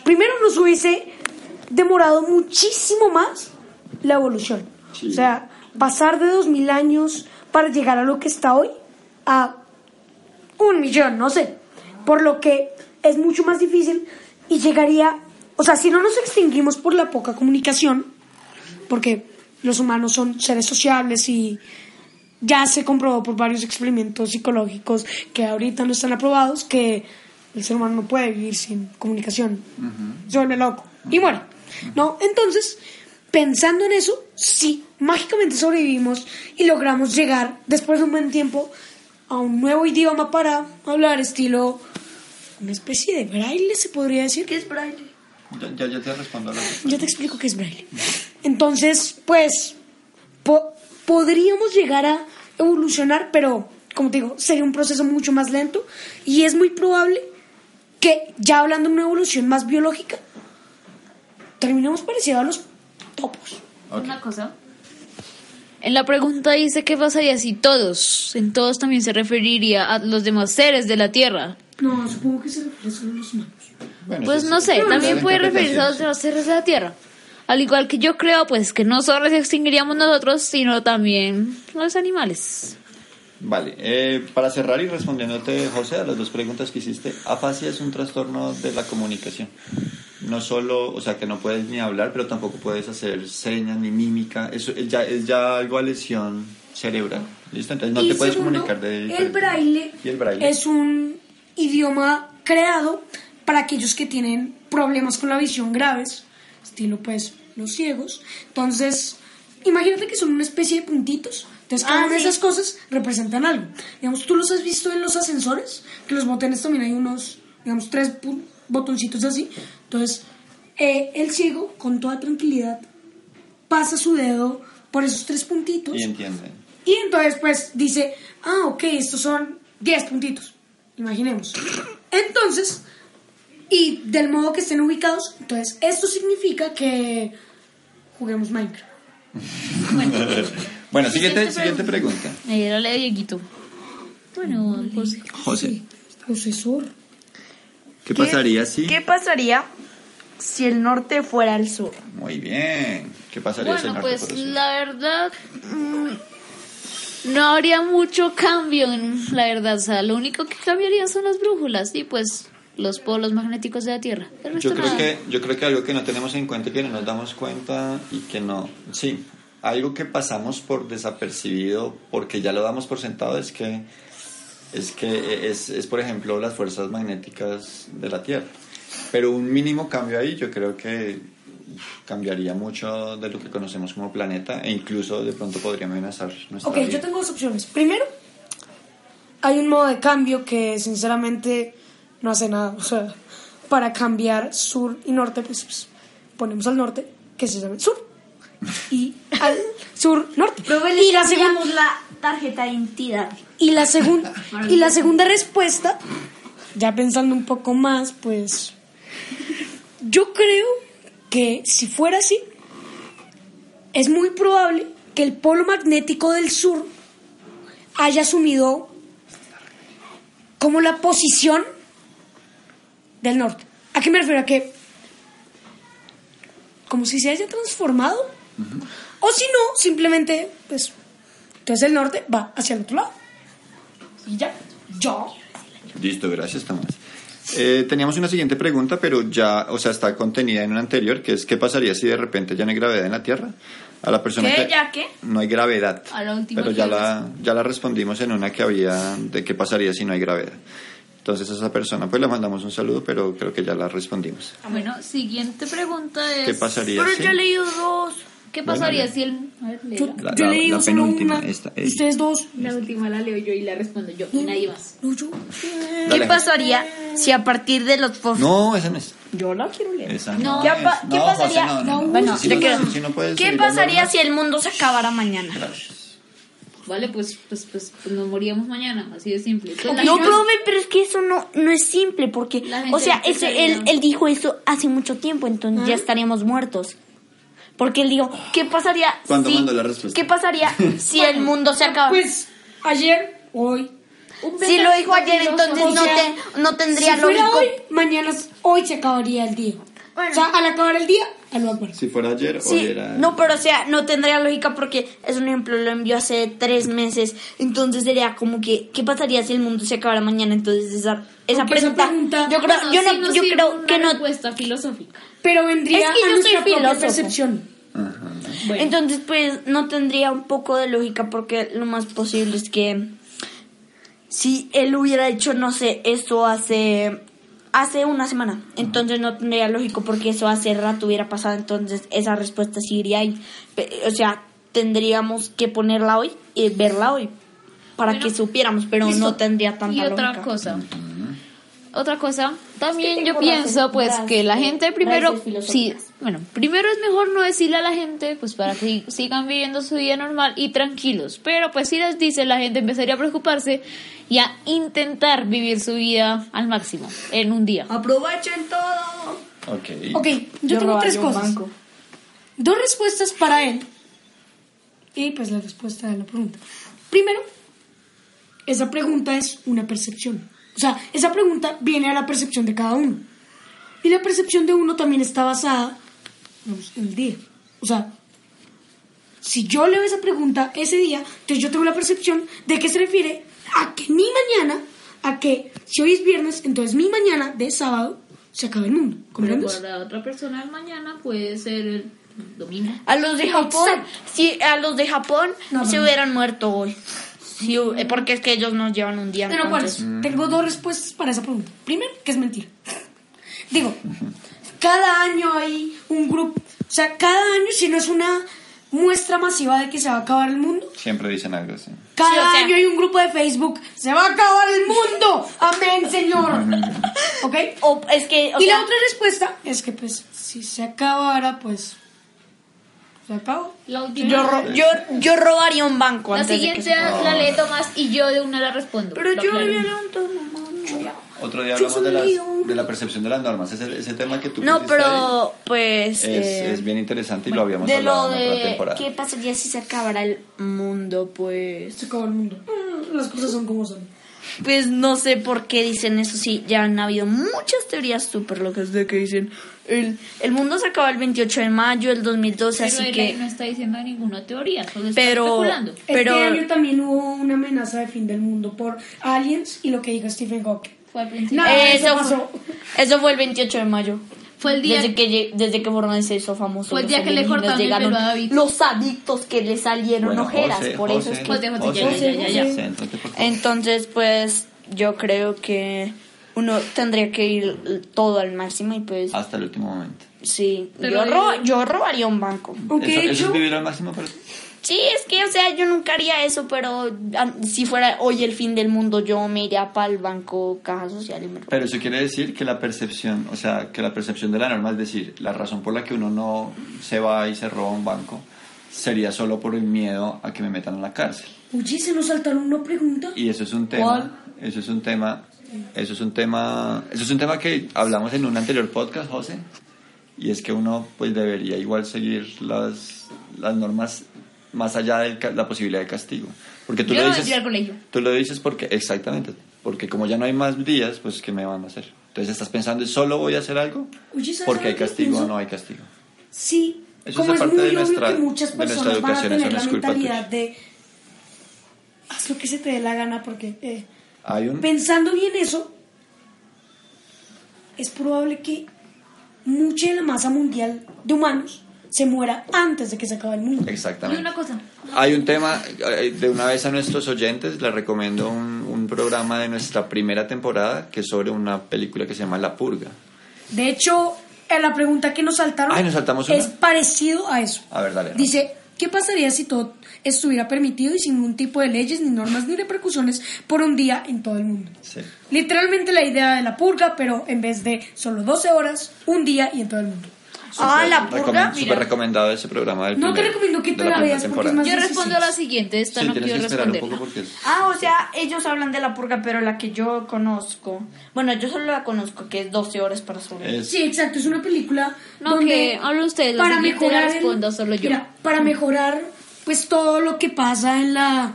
Speaker 5: primero nos hubiese demorado muchísimo más la evolución.
Speaker 10: Sí.
Speaker 5: O sea, pasar de 2000 años para llegar a lo que está hoy a un millón, no sé. Por lo que es mucho más difícil y llegaría, o sea, si no nos extinguimos por la poca comunicación, porque los humanos son seres sociables y ya se comprobó por varios experimentos psicológicos que ahorita no están aprobados que el ser humano no puede vivir sin comunicación. Se vuelve loco y muere. ¿No? Entonces, pensando en eso, sí, mágicamente sobrevivimos y logramos llegar después de un buen tiempo a un nuevo idioma para hablar estilo una especie de braille se podría decir que es braille
Speaker 2: Ya, ya, ya te respondo a la pregunta.
Speaker 5: yo te explico qué es braille. Entonces, pues, po- podríamos llegar a evolucionar, pero, como te digo, sería un proceso mucho más lento y es muy probable que, ya hablando de una evolución más biológica, terminemos parecido a los topos.
Speaker 4: Una cosa. En la pregunta dice qué pasaría si todos, en todos también se referiría a los demás seres de la Tierra.
Speaker 5: No, supongo que se refiere solo a los humanos.
Speaker 2: Bueno,
Speaker 4: Pues
Speaker 2: eso
Speaker 4: no
Speaker 2: es-
Speaker 4: sé,
Speaker 2: es
Speaker 4: también
Speaker 2: la
Speaker 4: puede referirse a los
Speaker 2: interpretación,
Speaker 4: demás seres de la Tierra. Al igual que yo creo, pues que no solo se extinguiríamos nosotros, sino también los animales.
Speaker 2: sí. Vale, eh, para cerrar y respondiéndote, José, a las dos preguntas que hiciste, afasia es un trastorno de la comunicación. No solo, o sea, que no puedes ni hablar, pero tampoco puedes hacer señas ni mímica. Eso es ya, es ya algo a lesión cerebral. ¿Listo? Entonces no
Speaker 5: Y
Speaker 2: te puedes
Speaker 5: segundo,
Speaker 2: comunicar de...
Speaker 5: el braille,
Speaker 2: Y el braille.
Speaker 5: es un idioma creado para aquellos que tienen problemas con la visión graves, estilo pues los ciegos. Entonces, imagínate que son una especie de puntitos. Entonces, cada
Speaker 9: Ah,
Speaker 5: una de
Speaker 9: sí.
Speaker 5: esas cosas representan algo. Digamos, tú los has visto en los ascensores, que los botones también hay unos, digamos, tres pu- botoncitos así. Entonces, eh, el ciego, con toda tranquilidad, pasa su dedo por esos tres puntitos.
Speaker 2: Y entienden.
Speaker 5: Y entonces, pues, dice, ah, ok, estos son 10 puntitos, imaginemos. Entonces, y del modo que estén ubicados, entonces, esto significa que juguemos Minecraft.
Speaker 2: Bueno, siguiente, siguiente pregunta.
Speaker 4: Ahí era la de Dieguito. Bueno, pues,
Speaker 2: José,
Speaker 4: José.
Speaker 5: Procesor.
Speaker 2: ¿qué pasaría si...?
Speaker 9: ¿Qué pasaría si el norte fuera el sur?
Speaker 2: Muy bien. ¿Qué pasaría si el
Speaker 4: Bueno,
Speaker 2: norte
Speaker 4: pues
Speaker 2: fuera sur?
Speaker 4: la verdad mm, no habría mucho cambio, en, la verdad. O sea, lo único que cambiarían son las brújulas y pues los polos magnéticos de la Tierra. El resto
Speaker 2: Yo creo,
Speaker 4: nada.
Speaker 2: que, yo creo que algo que no tenemos en cuenta y que no nos damos cuenta y que no... Sí, algo que pasamos por desapercibido porque ya lo damos por sentado es que... Es que es, es, por ejemplo, las fuerzas magnéticas de la Tierra. Pero un mínimo cambio ahí yo creo que cambiaría mucho de lo que conocemos como planeta e incluso de pronto podría amenazar nuestra
Speaker 5: Ok,
Speaker 2: vida.
Speaker 5: yo tengo dos opciones. Primero, hay un modo de cambio que, sinceramente, no hace nada. O sea, para cambiar sur y norte, pues, pues, ponemos al norte, que se llama sur. Y al sur-norte. Y la segunda...
Speaker 9: la tarjeta de identidad.
Speaker 5: Y la, segun- y la segunda respuesta, ya pensando un poco más, pues yo creo que si fuera así, es muy probable que el polo magnético del sur haya asumido como la posición del norte. ¿A qué me refiero? A que como si se haya transformado. O si no, simplemente, pues, entonces el norte va hacia el otro lado. Y ya. Yo.
Speaker 2: Listo, gracias Tomás. Eh, teníamos una siguiente pregunta, pero ya, o sea, está contenida en una anterior, que es ¿qué pasaría si de repente ya no hay gravedad en la Tierra? A la persona
Speaker 4: ¿Qué?
Speaker 2: que
Speaker 4: ¿Ya qué?
Speaker 2: no hay gravedad.
Speaker 4: A la última
Speaker 2: pero ya
Speaker 4: que
Speaker 2: la, ya la respondimos en una que había de qué pasaría si no hay gravedad. Entonces a esa persona pues le mandamos un saludo, pero creo que ya la respondimos.
Speaker 4: Ah, Bueno, siguiente pregunta es...
Speaker 2: ¿Qué pasaría
Speaker 4: Pero
Speaker 2: si-
Speaker 4: yo he leído dos. ¿Qué
Speaker 2: Bueno,
Speaker 4: pasaría
Speaker 2: ya.
Speaker 4: si el... A ver, léela.
Speaker 2: La,
Speaker 5: Yo
Speaker 2: la-
Speaker 5: leí
Speaker 2: la
Speaker 5: solo
Speaker 2: penúltima,
Speaker 5: una.
Speaker 2: esta, ey.
Speaker 5: Ustedes dos.
Speaker 4: La última la leo yo y la respondo yo y nadie más.
Speaker 5: No, yo.
Speaker 1: ¿Qué
Speaker 2: Dale.
Speaker 1: pasaría si a partir de los fósforos...
Speaker 2: No, esa no es.
Speaker 1: Yo la quiero leer.
Speaker 2: Esa
Speaker 4: No.
Speaker 2: no.
Speaker 1: ¿Qué,
Speaker 2: es.
Speaker 1: pa- qué
Speaker 2: No, José,
Speaker 1: pasaría?
Speaker 2: no, no, no.
Speaker 1: Bueno,
Speaker 2: Si
Speaker 1: te
Speaker 2: no-
Speaker 1: quedo.
Speaker 2: si no puedes
Speaker 1: ¿Qué
Speaker 2: seguir dando
Speaker 1: pasaría
Speaker 2: más?
Speaker 1: si el mundo se acabara mañana?
Speaker 4: Vale, pues, pues, pues, pues nos moríamos mañana, así de simple. Entonces,
Speaker 1: No,
Speaker 4: la-
Speaker 1: profe, pero es que eso no, no es simple, porque,
Speaker 4: La gente
Speaker 1: o sea,
Speaker 4: dice
Speaker 1: ese-
Speaker 4: que
Speaker 1: él,
Speaker 4: no.
Speaker 1: él dijo eso hace mucho tiempo, entonces ya estaríamos muertos. Porque él dijo, ¿qué pasaría
Speaker 2: ¿Cuándo
Speaker 1: si,
Speaker 2: mando la respuesta?
Speaker 1: ¿qué pasaría si el mundo se acaba?
Speaker 5: Pues ayer, hoy.
Speaker 4: Un
Speaker 1: si lo dijo ayer,
Speaker 4: mentiroso.
Speaker 1: entonces no,
Speaker 5: O sea,
Speaker 1: te- no tendría
Speaker 5: si fuera
Speaker 1: lógico.
Speaker 5: hoy, mañana, hoy se acabaría el día. O sea, al acabar el día, al almuerzo.
Speaker 2: Si fuera ayer, hoy
Speaker 1: Sí,
Speaker 2: era...
Speaker 1: no, pero o sea, no tendría lógica porque es un ejemplo, lo envió hace tres meses, entonces sería como que, ¿qué pasaría si el mundo se acabara mañana? Entonces esa, esa
Speaker 5: Aunque esa
Speaker 1: pregunta,
Speaker 5: pregunta-
Speaker 1: yo creo,
Speaker 4: Bueno,
Speaker 1: yo
Speaker 4: sí
Speaker 1: no,
Speaker 4: nos
Speaker 1: yo
Speaker 4: sirve
Speaker 1: creo
Speaker 4: una
Speaker 1: que no,
Speaker 4: respuesta filosófica.
Speaker 5: Pero vendría
Speaker 1: Es que yo
Speaker 5: a
Speaker 1: soy
Speaker 5: nuestra propia
Speaker 1: filósofo.
Speaker 5: percepción.
Speaker 1: entonces pues no tendría un poco de lógica porque lo más posible es que si él hubiera hecho, no sé, eso hace, hace una semana, entonces no tendría lógico porque eso hace rato hubiera pasado, entonces esa respuesta sí iría ahí, Pe- o sea, tendríamos que ponerla hoy y verla hoy para
Speaker 4: Bueno,
Speaker 1: que supiéramos, pero no tendría tanta
Speaker 4: Y otra
Speaker 1: lógica.
Speaker 4: cosa. Otra cosa, también yo
Speaker 1: tengo
Speaker 4: pienso
Speaker 1: razón,
Speaker 4: pues
Speaker 1: gracias,
Speaker 4: que la
Speaker 1: eh,
Speaker 4: gente primero,
Speaker 1: gracias,
Speaker 4: sí,
Speaker 1: filosóficas.
Speaker 4: bueno, primero es mejor no decirle a la gente pues para que sig- sigan viviendo su vida normal y tranquilos, pero pues si les dice la gente empezaría a preocuparse y a intentar vivir su vida al máximo en un día.
Speaker 1: Ah, Aprovechen todo.
Speaker 2: Ok.
Speaker 5: Ok, yo, tengo tres cosas. Dos respuestas para él. Y pues la respuesta a la pregunta. Primero, esa pregunta es una percepción. O sea, esa pregunta viene a la percepción de cada uno. Y la percepción de uno también está basada digamos, en el día. O sea, si yo leo esa pregunta ese día, entonces yo tengo la percepción de que se refiere a que mi mañana, a que si hoy es viernes, entonces mi mañana de sábado se acaba el mundo.
Speaker 4: Pero
Speaker 5: ¿Comprendes?
Speaker 4: para la otra persona el mañana puede ser el domingo.
Speaker 1: A los de Japón, sí, a los de Japón se hubieran muerto hoy. Sí, hu- eh, porque es que ellos nos llevan un día.
Speaker 5: Pero
Speaker 1: entonces. mm.
Speaker 5: ¿cuáles? Tengo dos respuestas para esa pregunta. Primero, que es mentira. Digo, cada año hay un grupo, o sea, cada año si no es una muestra masiva de que se va a acabar el mundo,
Speaker 2: Siempre dicen algo así.
Speaker 5: cada
Speaker 1: Sí, o sea-
Speaker 5: año hay un grupo de Facebook, se va a acabar el mundo, amén, señor. ¿Ok?
Speaker 1: O es que, o
Speaker 5: y
Speaker 1: sea,
Speaker 5: la otra respuesta es que pues si se acabara, pues se acabó.
Speaker 4: La última.
Speaker 1: yo, ro- yo, yo robaría un banco
Speaker 4: la
Speaker 1: antes de que
Speaker 4: siguiente
Speaker 1: se-
Speaker 4: la lee Tomás y yo de una la respondo.
Speaker 1: Pero
Speaker 4: Lo
Speaker 1: yo
Speaker 4: aclaro.
Speaker 1: hubiera un todo,
Speaker 2: Otro día hablamos de, las- de la percepción de las normas. Ese, ese tema que tú
Speaker 1: No,
Speaker 2: pusiste ahí
Speaker 1: pero pues
Speaker 2: Es,
Speaker 1: eh,
Speaker 2: es bien interesante y lo habíamos
Speaker 1: de lo
Speaker 2: hablado en otra
Speaker 1: de
Speaker 2: temporada.
Speaker 1: qué pasaría si se acabara el mundo, pues
Speaker 5: Se acabó el mundo. Mm, Las cosas son como son.
Speaker 1: Pues no sé por qué dicen eso, sí, ya han habido muchas teorías súper locas de que dicen el, el mundo se acaba el 28 de mayo del 2012,
Speaker 4: Pero
Speaker 1: así
Speaker 4: él
Speaker 1: que...
Speaker 4: ahí no está diciendo ninguna teoría, solo está
Speaker 1: Pero-
Speaker 4: especulando.
Speaker 1: Pero-
Speaker 5: Este año también hubo una amenaza de fin del mundo por aliens y lo que dijo Stephen Hawking.
Speaker 4: Fue al principio. Eh,
Speaker 1: eso,
Speaker 5: eso
Speaker 1: fue, eso fue el 28 de mayo.
Speaker 4: Fue el día
Speaker 1: Desde que, lle- desde que Borman se hizo famoso.
Speaker 4: Fue el
Speaker 1: los
Speaker 4: día que le
Speaker 1: alienígenas
Speaker 4: cortaron el
Speaker 1: llegaron,
Speaker 4: pelo a David.
Speaker 1: Los adictos que le salieron
Speaker 2: Bueno,
Speaker 1: ojeras.
Speaker 2: José,
Speaker 1: por eso
Speaker 2: José,
Speaker 1: es que.
Speaker 4: Pues de José, ya,
Speaker 2: José,
Speaker 4: ya, ya, ya.
Speaker 2: José, entonces, por favor.
Speaker 1: Entonces, pues yo creo que uno tendría que ir todo al máximo y pues
Speaker 2: Hasta el último momento.
Speaker 1: sí.
Speaker 4: Pero
Speaker 1: Yo, ro- yo robaría un banco.
Speaker 5: Aunque
Speaker 2: Eso, eso
Speaker 5: yo-
Speaker 2: es vivir al máximo, pero
Speaker 1: Sí, es que, o sea, yo nunca haría eso, pero ah, si fuera hoy el fin del mundo, yo me iría para el banco Caja Social y me
Speaker 2: Pero eso quiere decir que la percepción, o sea, que la percepción de la norma, es decir, la razón por la que uno no se va y se roba un banco, sería solo por el miedo a que me metan a la cárcel.
Speaker 5: Oye, se nos saltaron una pregunta.
Speaker 2: Y eso es un tema, eso es un tema, eso es un tema, eso es un tema que hablamos en un anterior podcast, José, y es que uno pues debería igual seguir las, las normas más allá de la posibilidad de castigo. Porque tú
Speaker 4: Yo
Speaker 2: lo
Speaker 4: no
Speaker 2: dices,
Speaker 4: ir al colegio.
Speaker 2: Tú lo dices porque, exactamente, porque como ya no hay más días, pues ¿qué me van a hacer? Entonces estás pensando, ¿solo voy a hacer algo?
Speaker 5: Oye, ¿sabes
Speaker 2: Porque hay
Speaker 5: algo que
Speaker 2: castigo o
Speaker 5: pienso?
Speaker 2: no hay castigo.
Speaker 5: Sí,
Speaker 2: Eso
Speaker 5: como
Speaker 2: es
Speaker 5: es
Speaker 2: parte
Speaker 5: muy
Speaker 2: de
Speaker 5: obvio
Speaker 2: nuestra-
Speaker 5: que muchas
Speaker 2: de nuestra
Speaker 5: personas van a
Speaker 2: educación, eso
Speaker 5: tener
Speaker 2: no
Speaker 5: la
Speaker 2: es culpa
Speaker 5: mentalidad de haz lo que se te dé la gana porque eh,
Speaker 2: Hay un...
Speaker 5: pensando bien eso es probable que mucha de la masa mundial de humanos se muera antes de que se acabe el mundo.
Speaker 2: Exactamente.
Speaker 4: Una cosa.
Speaker 2: Hay un tema, eh, de una vez a nuestros oyentes, les recomiendo un, un programa de nuestra primera temporada que es sobre una película que se llama La Purga.
Speaker 5: De hecho, en la pregunta que nos saltaron
Speaker 2: Ay, nos saltamos una.
Speaker 5: es parecido a eso.
Speaker 2: A ver, dale. Rafa.
Speaker 5: Dice, ¿qué pasaría si todo estuviera permitido y sin ningún tipo de leyes, ni normas, ni repercusiones por un día en todo el mundo?
Speaker 2: Sí.
Speaker 5: Literalmente la idea de la purga, pero en vez de solo 12 horas, un día y en todo el mundo.
Speaker 1: Ah, la purga.
Speaker 2: Recom- Súper recomendado ese programa del
Speaker 5: No te
Speaker 2: primer-
Speaker 5: recomiendo que
Speaker 2: de
Speaker 5: te
Speaker 2: la
Speaker 5: la
Speaker 2: primera
Speaker 5: veas porque es
Speaker 2: temporada.
Speaker 5: más
Speaker 4: Yo respondo a la siguiente, esta
Speaker 2: Sí,
Speaker 4: no
Speaker 2: tienes
Speaker 4: quiero
Speaker 2: que esperar un poco
Speaker 4: responderla.
Speaker 2: porque es-
Speaker 1: Ah, o sea, ellos hablan de la purga, pero la que yo conozco. Bueno, yo solo la conozco, que es 12 horas para sobrevivir.
Speaker 2: es-
Speaker 5: Sí, exacto, es una película
Speaker 4: No,
Speaker 5: donde
Speaker 4: que habla usted, la
Speaker 5: para
Speaker 4: siguiente la
Speaker 5: mejorar
Speaker 4: respondo solo yo.
Speaker 5: Mira, para mejorar pues todo lo que pasa en la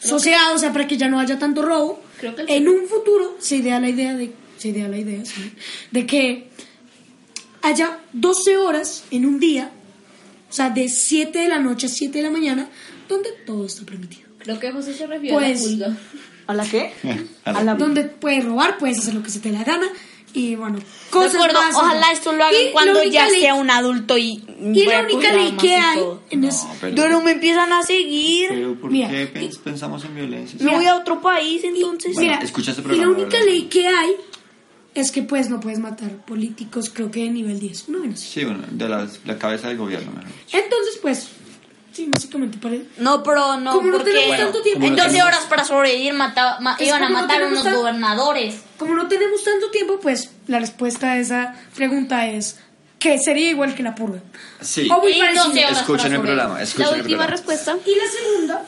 Speaker 5: sociedad, o sea, para que ya no haya tanto robo,
Speaker 4: Creo que el-
Speaker 5: en un futuro se idea la idea de se idea la idea, sí, de que haya 12 horas en un día, o sea, de 7 de la noche a 7 de la mañana, donde todo está permitido.
Speaker 4: Creo que José se refiere
Speaker 5: Pues-
Speaker 4: a la pulga.
Speaker 5: ¿A la qué?
Speaker 2: A la
Speaker 5: donde puedes robar, puedes hacer lo que se te dé la gana y bueno,
Speaker 1: De
Speaker 5: cosas
Speaker 1: acuerdo,
Speaker 5: más
Speaker 1: ojalá esto lo hagan
Speaker 5: Y la
Speaker 1: cuando
Speaker 5: única
Speaker 1: ya
Speaker 5: ley-
Speaker 1: sea un adulto y...
Speaker 5: Y
Speaker 1: voy
Speaker 5: la
Speaker 1: a
Speaker 5: única
Speaker 1: coger
Speaker 5: ley
Speaker 1: armas
Speaker 5: que
Speaker 1: y
Speaker 5: hay
Speaker 1: todo.
Speaker 5: en
Speaker 2: No,
Speaker 5: es-
Speaker 2: pero-
Speaker 1: Pero me empiezan a seguir.
Speaker 2: Pero ¿por
Speaker 5: Mira,
Speaker 2: qué pens- pensamos en violencia?
Speaker 1: Me voy a otro país, entonces...
Speaker 2: Bueno,
Speaker 5: Mira,
Speaker 2: escucha este
Speaker 5: y la
Speaker 2: programa,
Speaker 5: única
Speaker 2: ¿verdad?
Speaker 5: ley que hay es que pues no puedes matar políticos, creo que de nivel 10, una menos.
Speaker 2: Sí, bueno, de las- la cabeza del gobierno. mejor dicho.
Speaker 5: Entonces pues, sí, básicamente para
Speaker 1: No, pero no,
Speaker 5: Como no
Speaker 1: porque
Speaker 5: tenemos tanto tiempo-
Speaker 1: en
Speaker 5: Como no
Speaker 1: 12
Speaker 5: tenemos-
Speaker 1: horas para sobrevivir mataba- ma-
Speaker 5: Es
Speaker 1: iban a
Speaker 5: como no
Speaker 1: matar a
Speaker 5: tenemos
Speaker 1: unos
Speaker 5: tan-
Speaker 1: gobernadores.
Speaker 5: Como no tenemos tanto tiempo, pues la respuesta a esa pregunta es que sería igual que la purga.
Speaker 2: Sí.
Speaker 5: O muy
Speaker 1: Y
Speaker 5: parecido.
Speaker 1: 12 horas
Speaker 2: Escuchen
Speaker 1: para
Speaker 2: el
Speaker 1: sobrevivir.
Speaker 2: programa,
Speaker 4: La
Speaker 2: escuchen el
Speaker 4: última
Speaker 2: programa.
Speaker 4: respuesta.
Speaker 5: Y la segunda,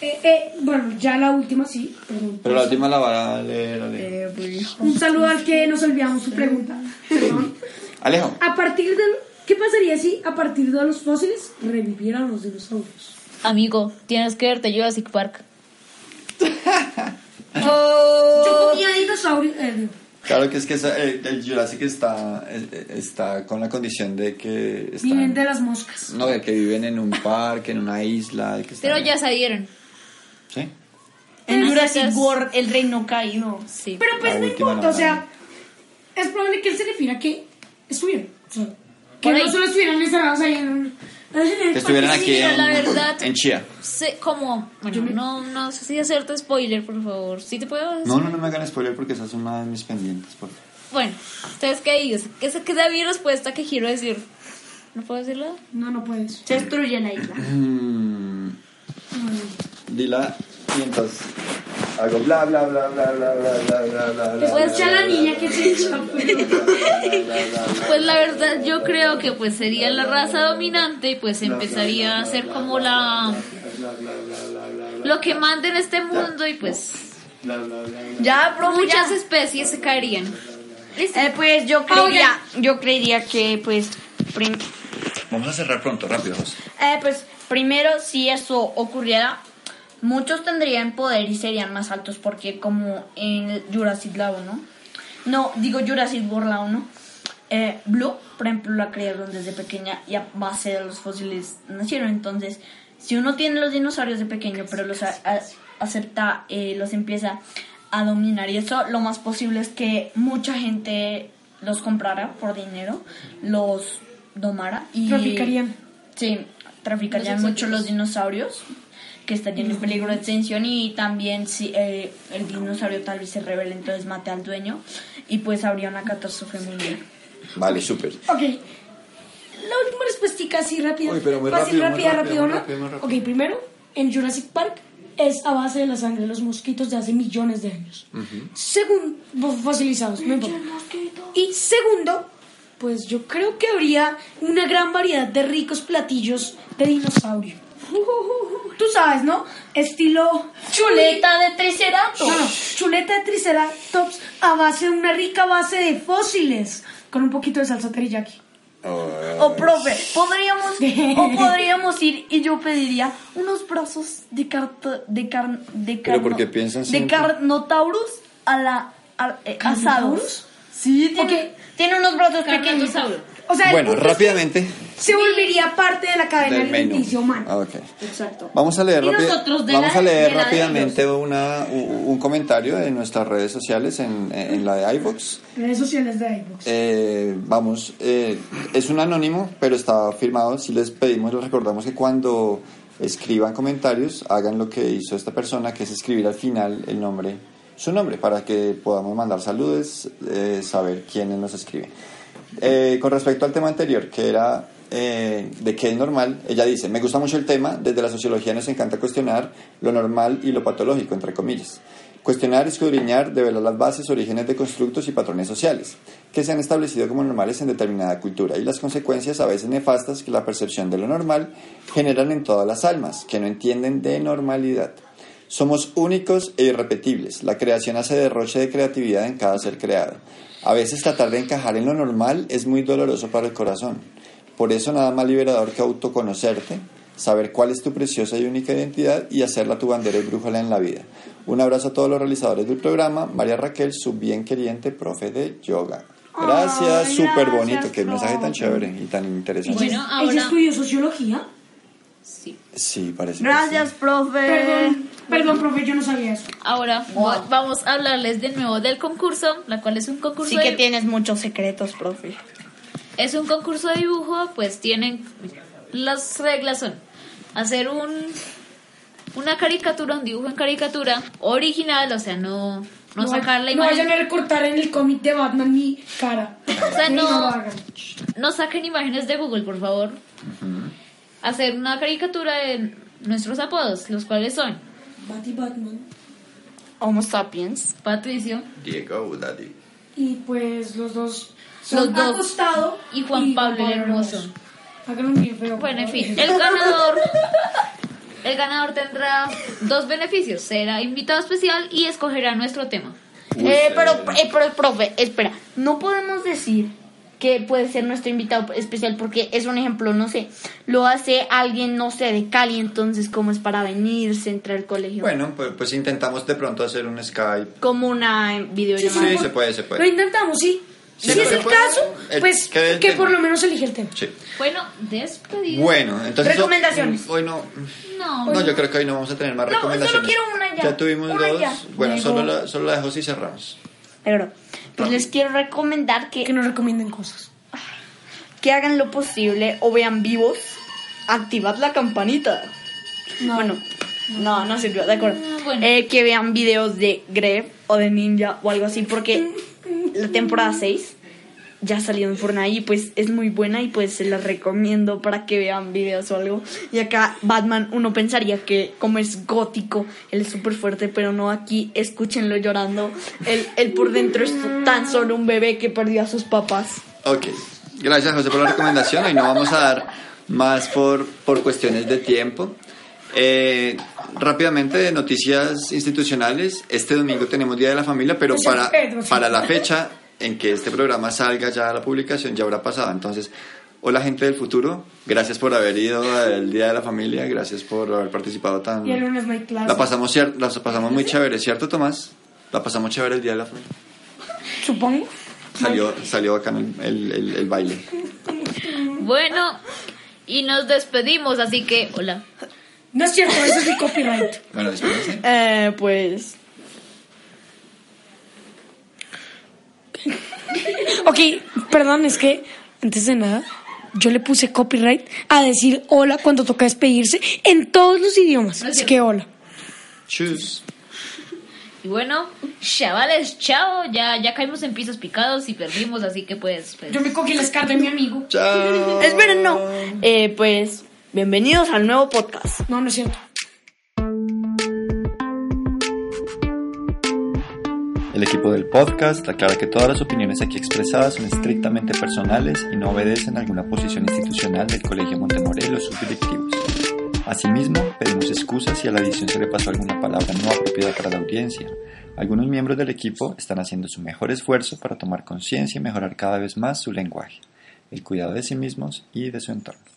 Speaker 5: eh, eh, bueno, ya la última sí, perdón.
Speaker 2: Pero la última la va a leer Alejo.
Speaker 5: Un saludo al que nos olvidamos su pregunta. Perdón.
Speaker 2: Alejo,
Speaker 5: A partir de... ¿Qué pasaría si a partir de los fósiles revivieran los dinosaurios?
Speaker 4: Amigo, tienes que verte Jurassic Park.
Speaker 5: Yo comía dinosaurio. eh, digo,
Speaker 2: claro que es que esa- eh, el Jurassic está, eh, está con la condición de que... Están,
Speaker 5: viven de las moscas.
Speaker 2: No, de que viven en un parque, en una isla. de que están-
Speaker 4: Pero ya salieron.
Speaker 2: ¿Sí?
Speaker 1: En Jurassic
Speaker 4: Entonces-
Speaker 1: World, el reino caído.
Speaker 4: Sí.
Speaker 5: Pero pues
Speaker 2: La
Speaker 5: no
Speaker 2: última
Speaker 5: importa,
Speaker 2: no,
Speaker 5: o sea, es probable que él se refiera a que estuvieran. o sea, que
Speaker 4: Por ahí.
Speaker 5: no solo estuvieran encerrados ahí en un.
Speaker 2: Que estuvieran
Speaker 4: sí,
Speaker 2: aquí
Speaker 4: mira,
Speaker 2: en,
Speaker 4: la verdad-
Speaker 2: en Chía.
Speaker 4: Se- como, bueno, no, no sé si hacerte spoiler, por favor. Si te puedo
Speaker 2: No, no, no me hagan spoiler porque esas son una de mis pendientes. por favor.
Speaker 4: Bueno, entonces, ¿qué dices? Esa que es mi respuesta que quiero decir. ¿No puedo decirla?
Speaker 5: No, no puedes.
Speaker 1: Se destruye la isla.
Speaker 2: Mm. Dila y entonces hago bla bla bla bla bla bla bla bla bla bla.
Speaker 5: Pues ya la niña que se echó.
Speaker 4: Pues la verdad yo creo que pues sería la raza dominante y pues empezaría a ser como la... Lo que manda en este mundo y pues
Speaker 1: Ya, profe,
Speaker 4: muchas
Speaker 1: ya.
Speaker 4: especies se caerían. ¿Listo?
Speaker 1: Eh, pues yo creería, yo creería que pues... prim-
Speaker 2: Vamos a cerrar pronto, rápido. José.
Speaker 1: eh, pues primero, si eso ocurriera, muchos tendrían poder y serían más altos porque como en Jurassic la 1, no, digo Jurassic World la 1, eh, Blue, por ejemplo, la crearon desde pequeña y a base de los fósiles nacieron. Entonces, si uno tiene los dinosaurios de pequeño, pero los a- a- acepta, eh, los empieza a dominar y eso, lo más posible es que mucha gente los comprara por dinero, los domara y...
Speaker 5: Traficarían.
Speaker 1: Sí, traficarían mucho los dinosaurios que estarían en peligro de extinción y también si eh, el dinosaurio tal vez se revele entonces mate al dueño y pues habría una catástrofe mundial.
Speaker 2: Vale, súper.
Speaker 5: Ok. La última respuesta así rápida.
Speaker 2: Uy, pero muy
Speaker 5: Fácil,
Speaker 2: rápido, muy rápido,
Speaker 5: rápida, rápido,
Speaker 2: muy
Speaker 5: ¿no?
Speaker 2: rápido, muy rápido.
Speaker 5: Ok, primero, en Jurassic Park es a base de la sangre de los mosquitos de hace millones de años. Según fosilizados, no importa. Y segundo, pues yo creo que habría una gran variedad de ricos platillos de dinosaurio. Tú sabes, ¿no? Estilo
Speaker 1: Chuleta de triceratops.
Speaker 5: no, no, chuleta de triceratops a base de una rica base de fósiles con un poquito de salsa teriyaki.
Speaker 1: O Oh, profe, podríamos o podríamos ir y yo pediría unos brazos de carta, de car, de
Speaker 2: Pero
Speaker 1: carno-
Speaker 2: porque piensan
Speaker 1: de
Speaker 2: siempre.
Speaker 1: carnotaurus a la a- eh, asados. Sí, tiene, tiene unos brazos pequeños.
Speaker 5: O sea, el
Speaker 2: Bueno,
Speaker 5: punto es que
Speaker 2: rápidamente,
Speaker 5: se volvería parte de la cadena
Speaker 11: Del menú.
Speaker 5: alimenticia humana.
Speaker 2: Ah, ok.
Speaker 12: Exacto.
Speaker 2: Vamos a leer,
Speaker 12: Y
Speaker 2: rápida-
Speaker 12: nosotros de
Speaker 2: vamos
Speaker 12: la-
Speaker 2: a leer
Speaker 12: de la de
Speaker 2: rápidamente una, u- un comentario de nuestras redes sociales en, en la de iVox.
Speaker 5: Redes sociales de iVoox.
Speaker 2: Eh, vamos, eh, es un anónimo, pero está firmado. Si les pedimos, les recordamos que cuando escriban comentarios, hagan lo que hizo esta persona, que es escribir al final el nombre, su nombre, para que podamos mandar saludos, eh, saber quiénes nos escribe. Eh, con respecto al tema anterior, que era eh, de qué es normal, ella dice, me gusta mucho el tema, desde la sociología nos encanta cuestionar lo normal y lo patológico, entre comillas. Cuestionar, escudriñar, develar las bases, orígenes de constructos y patrones sociales, que se han establecido como normales en determinada cultura, y las consecuencias a veces nefastas que la percepción de lo normal generan en todas las almas, que no entienden de normalidad. Somos únicos e irrepetibles. La creación hace derroche de creatividad en cada ser creado. A veces tratar de encajar en lo normal es muy doloroso para el corazón. Por eso nada más liberador que autoconocerte, saber cuál es tu preciosa y única identidad y hacerla tu bandera y brújula en la vida. Un abrazo a todos los realizadores del programa. María Raquel, su bien queriente profe de yoga. Gracias,
Speaker 5: Ay,
Speaker 2: súper
Speaker 5: gracias,
Speaker 2: bonito. Qué mensaje tan
Speaker 5: profe.
Speaker 2: chévere y tan interesante.
Speaker 4: Bueno,
Speaker 5: Pues, ¿Ella
Speaker 4: ahora.
Speaker 5: estudió sociología?
Speaker 2: Sí, parece. que
Speaker 12: Gracias,
Speaker 2: sí.
Speaker 12: profe.
Speaker 4: Eh,
Speaker 5: Perdón, perdón, profe, yo no sabía eso.
Speaker 4: Ahora va- vamos a hablarles de nuevo del concurso, la cual es un concurso
Speaker 1: Sí que
Speaker 4: de-
Speaker 1: tienes muchos secretos, profe.
Speaker 4: es un concurso de dibujo, pues tienen las reglas son hacer un una caricatura, un dibujo en caricatura original, o sea, no no, sacar la
Speaker 5: no
Speaker 4: imagen,
Speaker 5: vayan a recortar en el cómic de Batman mi cara.
Speaker 4: o sea,
Speaker 5: No lo
Speaker 4: no
Speaker 5: hagan.
Speaker 4: no saquen imágenes de Google, por favor. Hacer una caricatura de nuestros apodos, los cuales son
Speaker 5: Bat y Batman.
Speaker 1: Homo sapiens.
Speaker 4: Patricio
Speaker 11: Diego Daddy.
Speaker 5: Y pues los dos son
Speaker 4: Los dos.
Speaker 5: acostado
Speaker 4: y Juan Pablo el hermoso.
Speaker 5: Háganlo bien feo.
Speaker 4: Bueno, en
Speaker 5: por
Speaker 4: fin,
Speaker 5: favor.
Speaker 4: el ganador. El ganador tendrá dos beneficios. Será invitado especial y escogerá nuestro tema.
Speaker 2: Uy,
Speaker 1: eh,
Speaker 2: sí.
Speaker 1: pero, eh, pero, profe, espera. No podemos decir que puede ser nuestro invitado especial porque es un ejemplo, no sé. Lo hace alguien, no sé, de Cali, entonces, ¿cómo es para venirse, entrar al colegio?
Speaker 2: Bueno, pues, pues intentamos de pronto hacer un Skype.
Speaker 1: Como una eh, videollamada.
Speaker 2: Sí, se puede, se
Speaker 5: Lo
Speaker 2: puede.
Speaker 5: intentamos, sí.
Speaker 2: Sí,
Speaker 5: si
Speaker 2: lo
Speaker 5: es
Speaker 2: que
Speaker 5: el
Speaker 2: pueda,
Speaker 5: caso,
Speaker 2: el
Speaker 5: pues
Speaker 2: que
Speaker 5: que,
Speaker 2: el tema.
Speaker 5: por lo menos elige el tema.
Speaker 2: Sí.
Speaker 4: Bueno, despedido.
Speaker 2: Bueno, entonces.
Speaker 1: Recomendaciones.
Speaker 2: Hoy no.
Speaker 4: No,
Speaker 2: No, yo creo que hoy no vamos a tener más
Speaker 1: No,
Speaker 2: recomendaciones.
Speaker 1: solo quiero una ya.
Speaker 2: Ya tuvimos
Speaker 1: Una
Speaker 2: dos.
Speaker 1: ya.
Speaker 2: Bueno,
Speaker 1: Luego-
Speaker 2: solo la, solo la dejo si cerramos.
Speaker 1: Pero, pues les quiero recomendar que
Speaker 5: Que nos recomienden cosas.
Speaker 1: que hagan lo posible o vean vivos, activad la campanita. Bueno, no, no sirvió, de acuerdo.
Speaker 4: bueno.
Speaker 1: Eh, que vean videos de Greve o de Ninja o algo así, porque la temporada 6 ya salió en Fortnite y pues es muy buena y pues se las recomiendo para que vean videos o algo. Y acá Batman, uno pensaría que como es gótico, él es súper fuerte, pero no aquí, escúchenlo llorando. Él, él por dentro es tan solo un bebé que perdió a sus papás.
Speaker 2: Ok. Gracias, José, por la recomendación. Hoy no vamos a dar más por, por cuestiones de tiempo. Eh, rápidamente, de noticias institucionales. Este domingo tenemos Día de la Familia, pero
Speaker 5: Pues,
Speaker 2: para,
Speaker 5: Pedro, sí.
Speaker 2: para la fecha en que este programa salga ya a la publicación, ya habrá pasado. Entonces, hola, gente del futuro. Gracias por haber ido al Día de la Familia. Gracias por haber participado tan.
Speaker 5: Y el lunes no hay clase.
Speaker 2: La pasamos, cier- la pasamos muy chévere, ¿cierto, Tomás? La pasamos chévere el día de la familia.
Speaker 5: Supongo.
Speaker 2: Salió, salió acá el, el, el- el baile.
Speaker 4: bueno. Y nos despedimos, así que hola.
Speaker 5: No es cierto, eso es mi copyright.
Speaker 2: Bueno, despídense.
Speaker 1: Eh, pues.
Speaker 13: Ok, perdón, es que antes de nada, yo le puse copyright a decir hola cuando toca despedirse en todos los idiomas. Así que hola.
Speaker 2: Tschüss.
Speaker 4: Y bueno, chavales, chao. Ya, ya caímos en pisos picados y perdimos, así que pues. pues,
Speaker 5: Yo me cogí la escarpa de mi amigo.
Speaker 2: Chao.
Speaker 1: Esperen, no. Eh, pues, bienvenidos al nuevo podcast.
Speaker 5: No, no es cierto.
Speaker 2: El equipo del podcast aclara que todas las opiniones aquí expresadas son estrictamente personales y no obedecen a alguna posición institucional del Colegio Montemorel o sus directivos. Asimismo, pedimos excusas si a la edición se le pasó alguna palabra no apropiada para la audiencia. Algunos miembros del equipo están haciendo su mejor esfuerzo para tomar conciencia y mejorar cada vez más su lenguaje, el cuidado de sí mismos y de su entorno.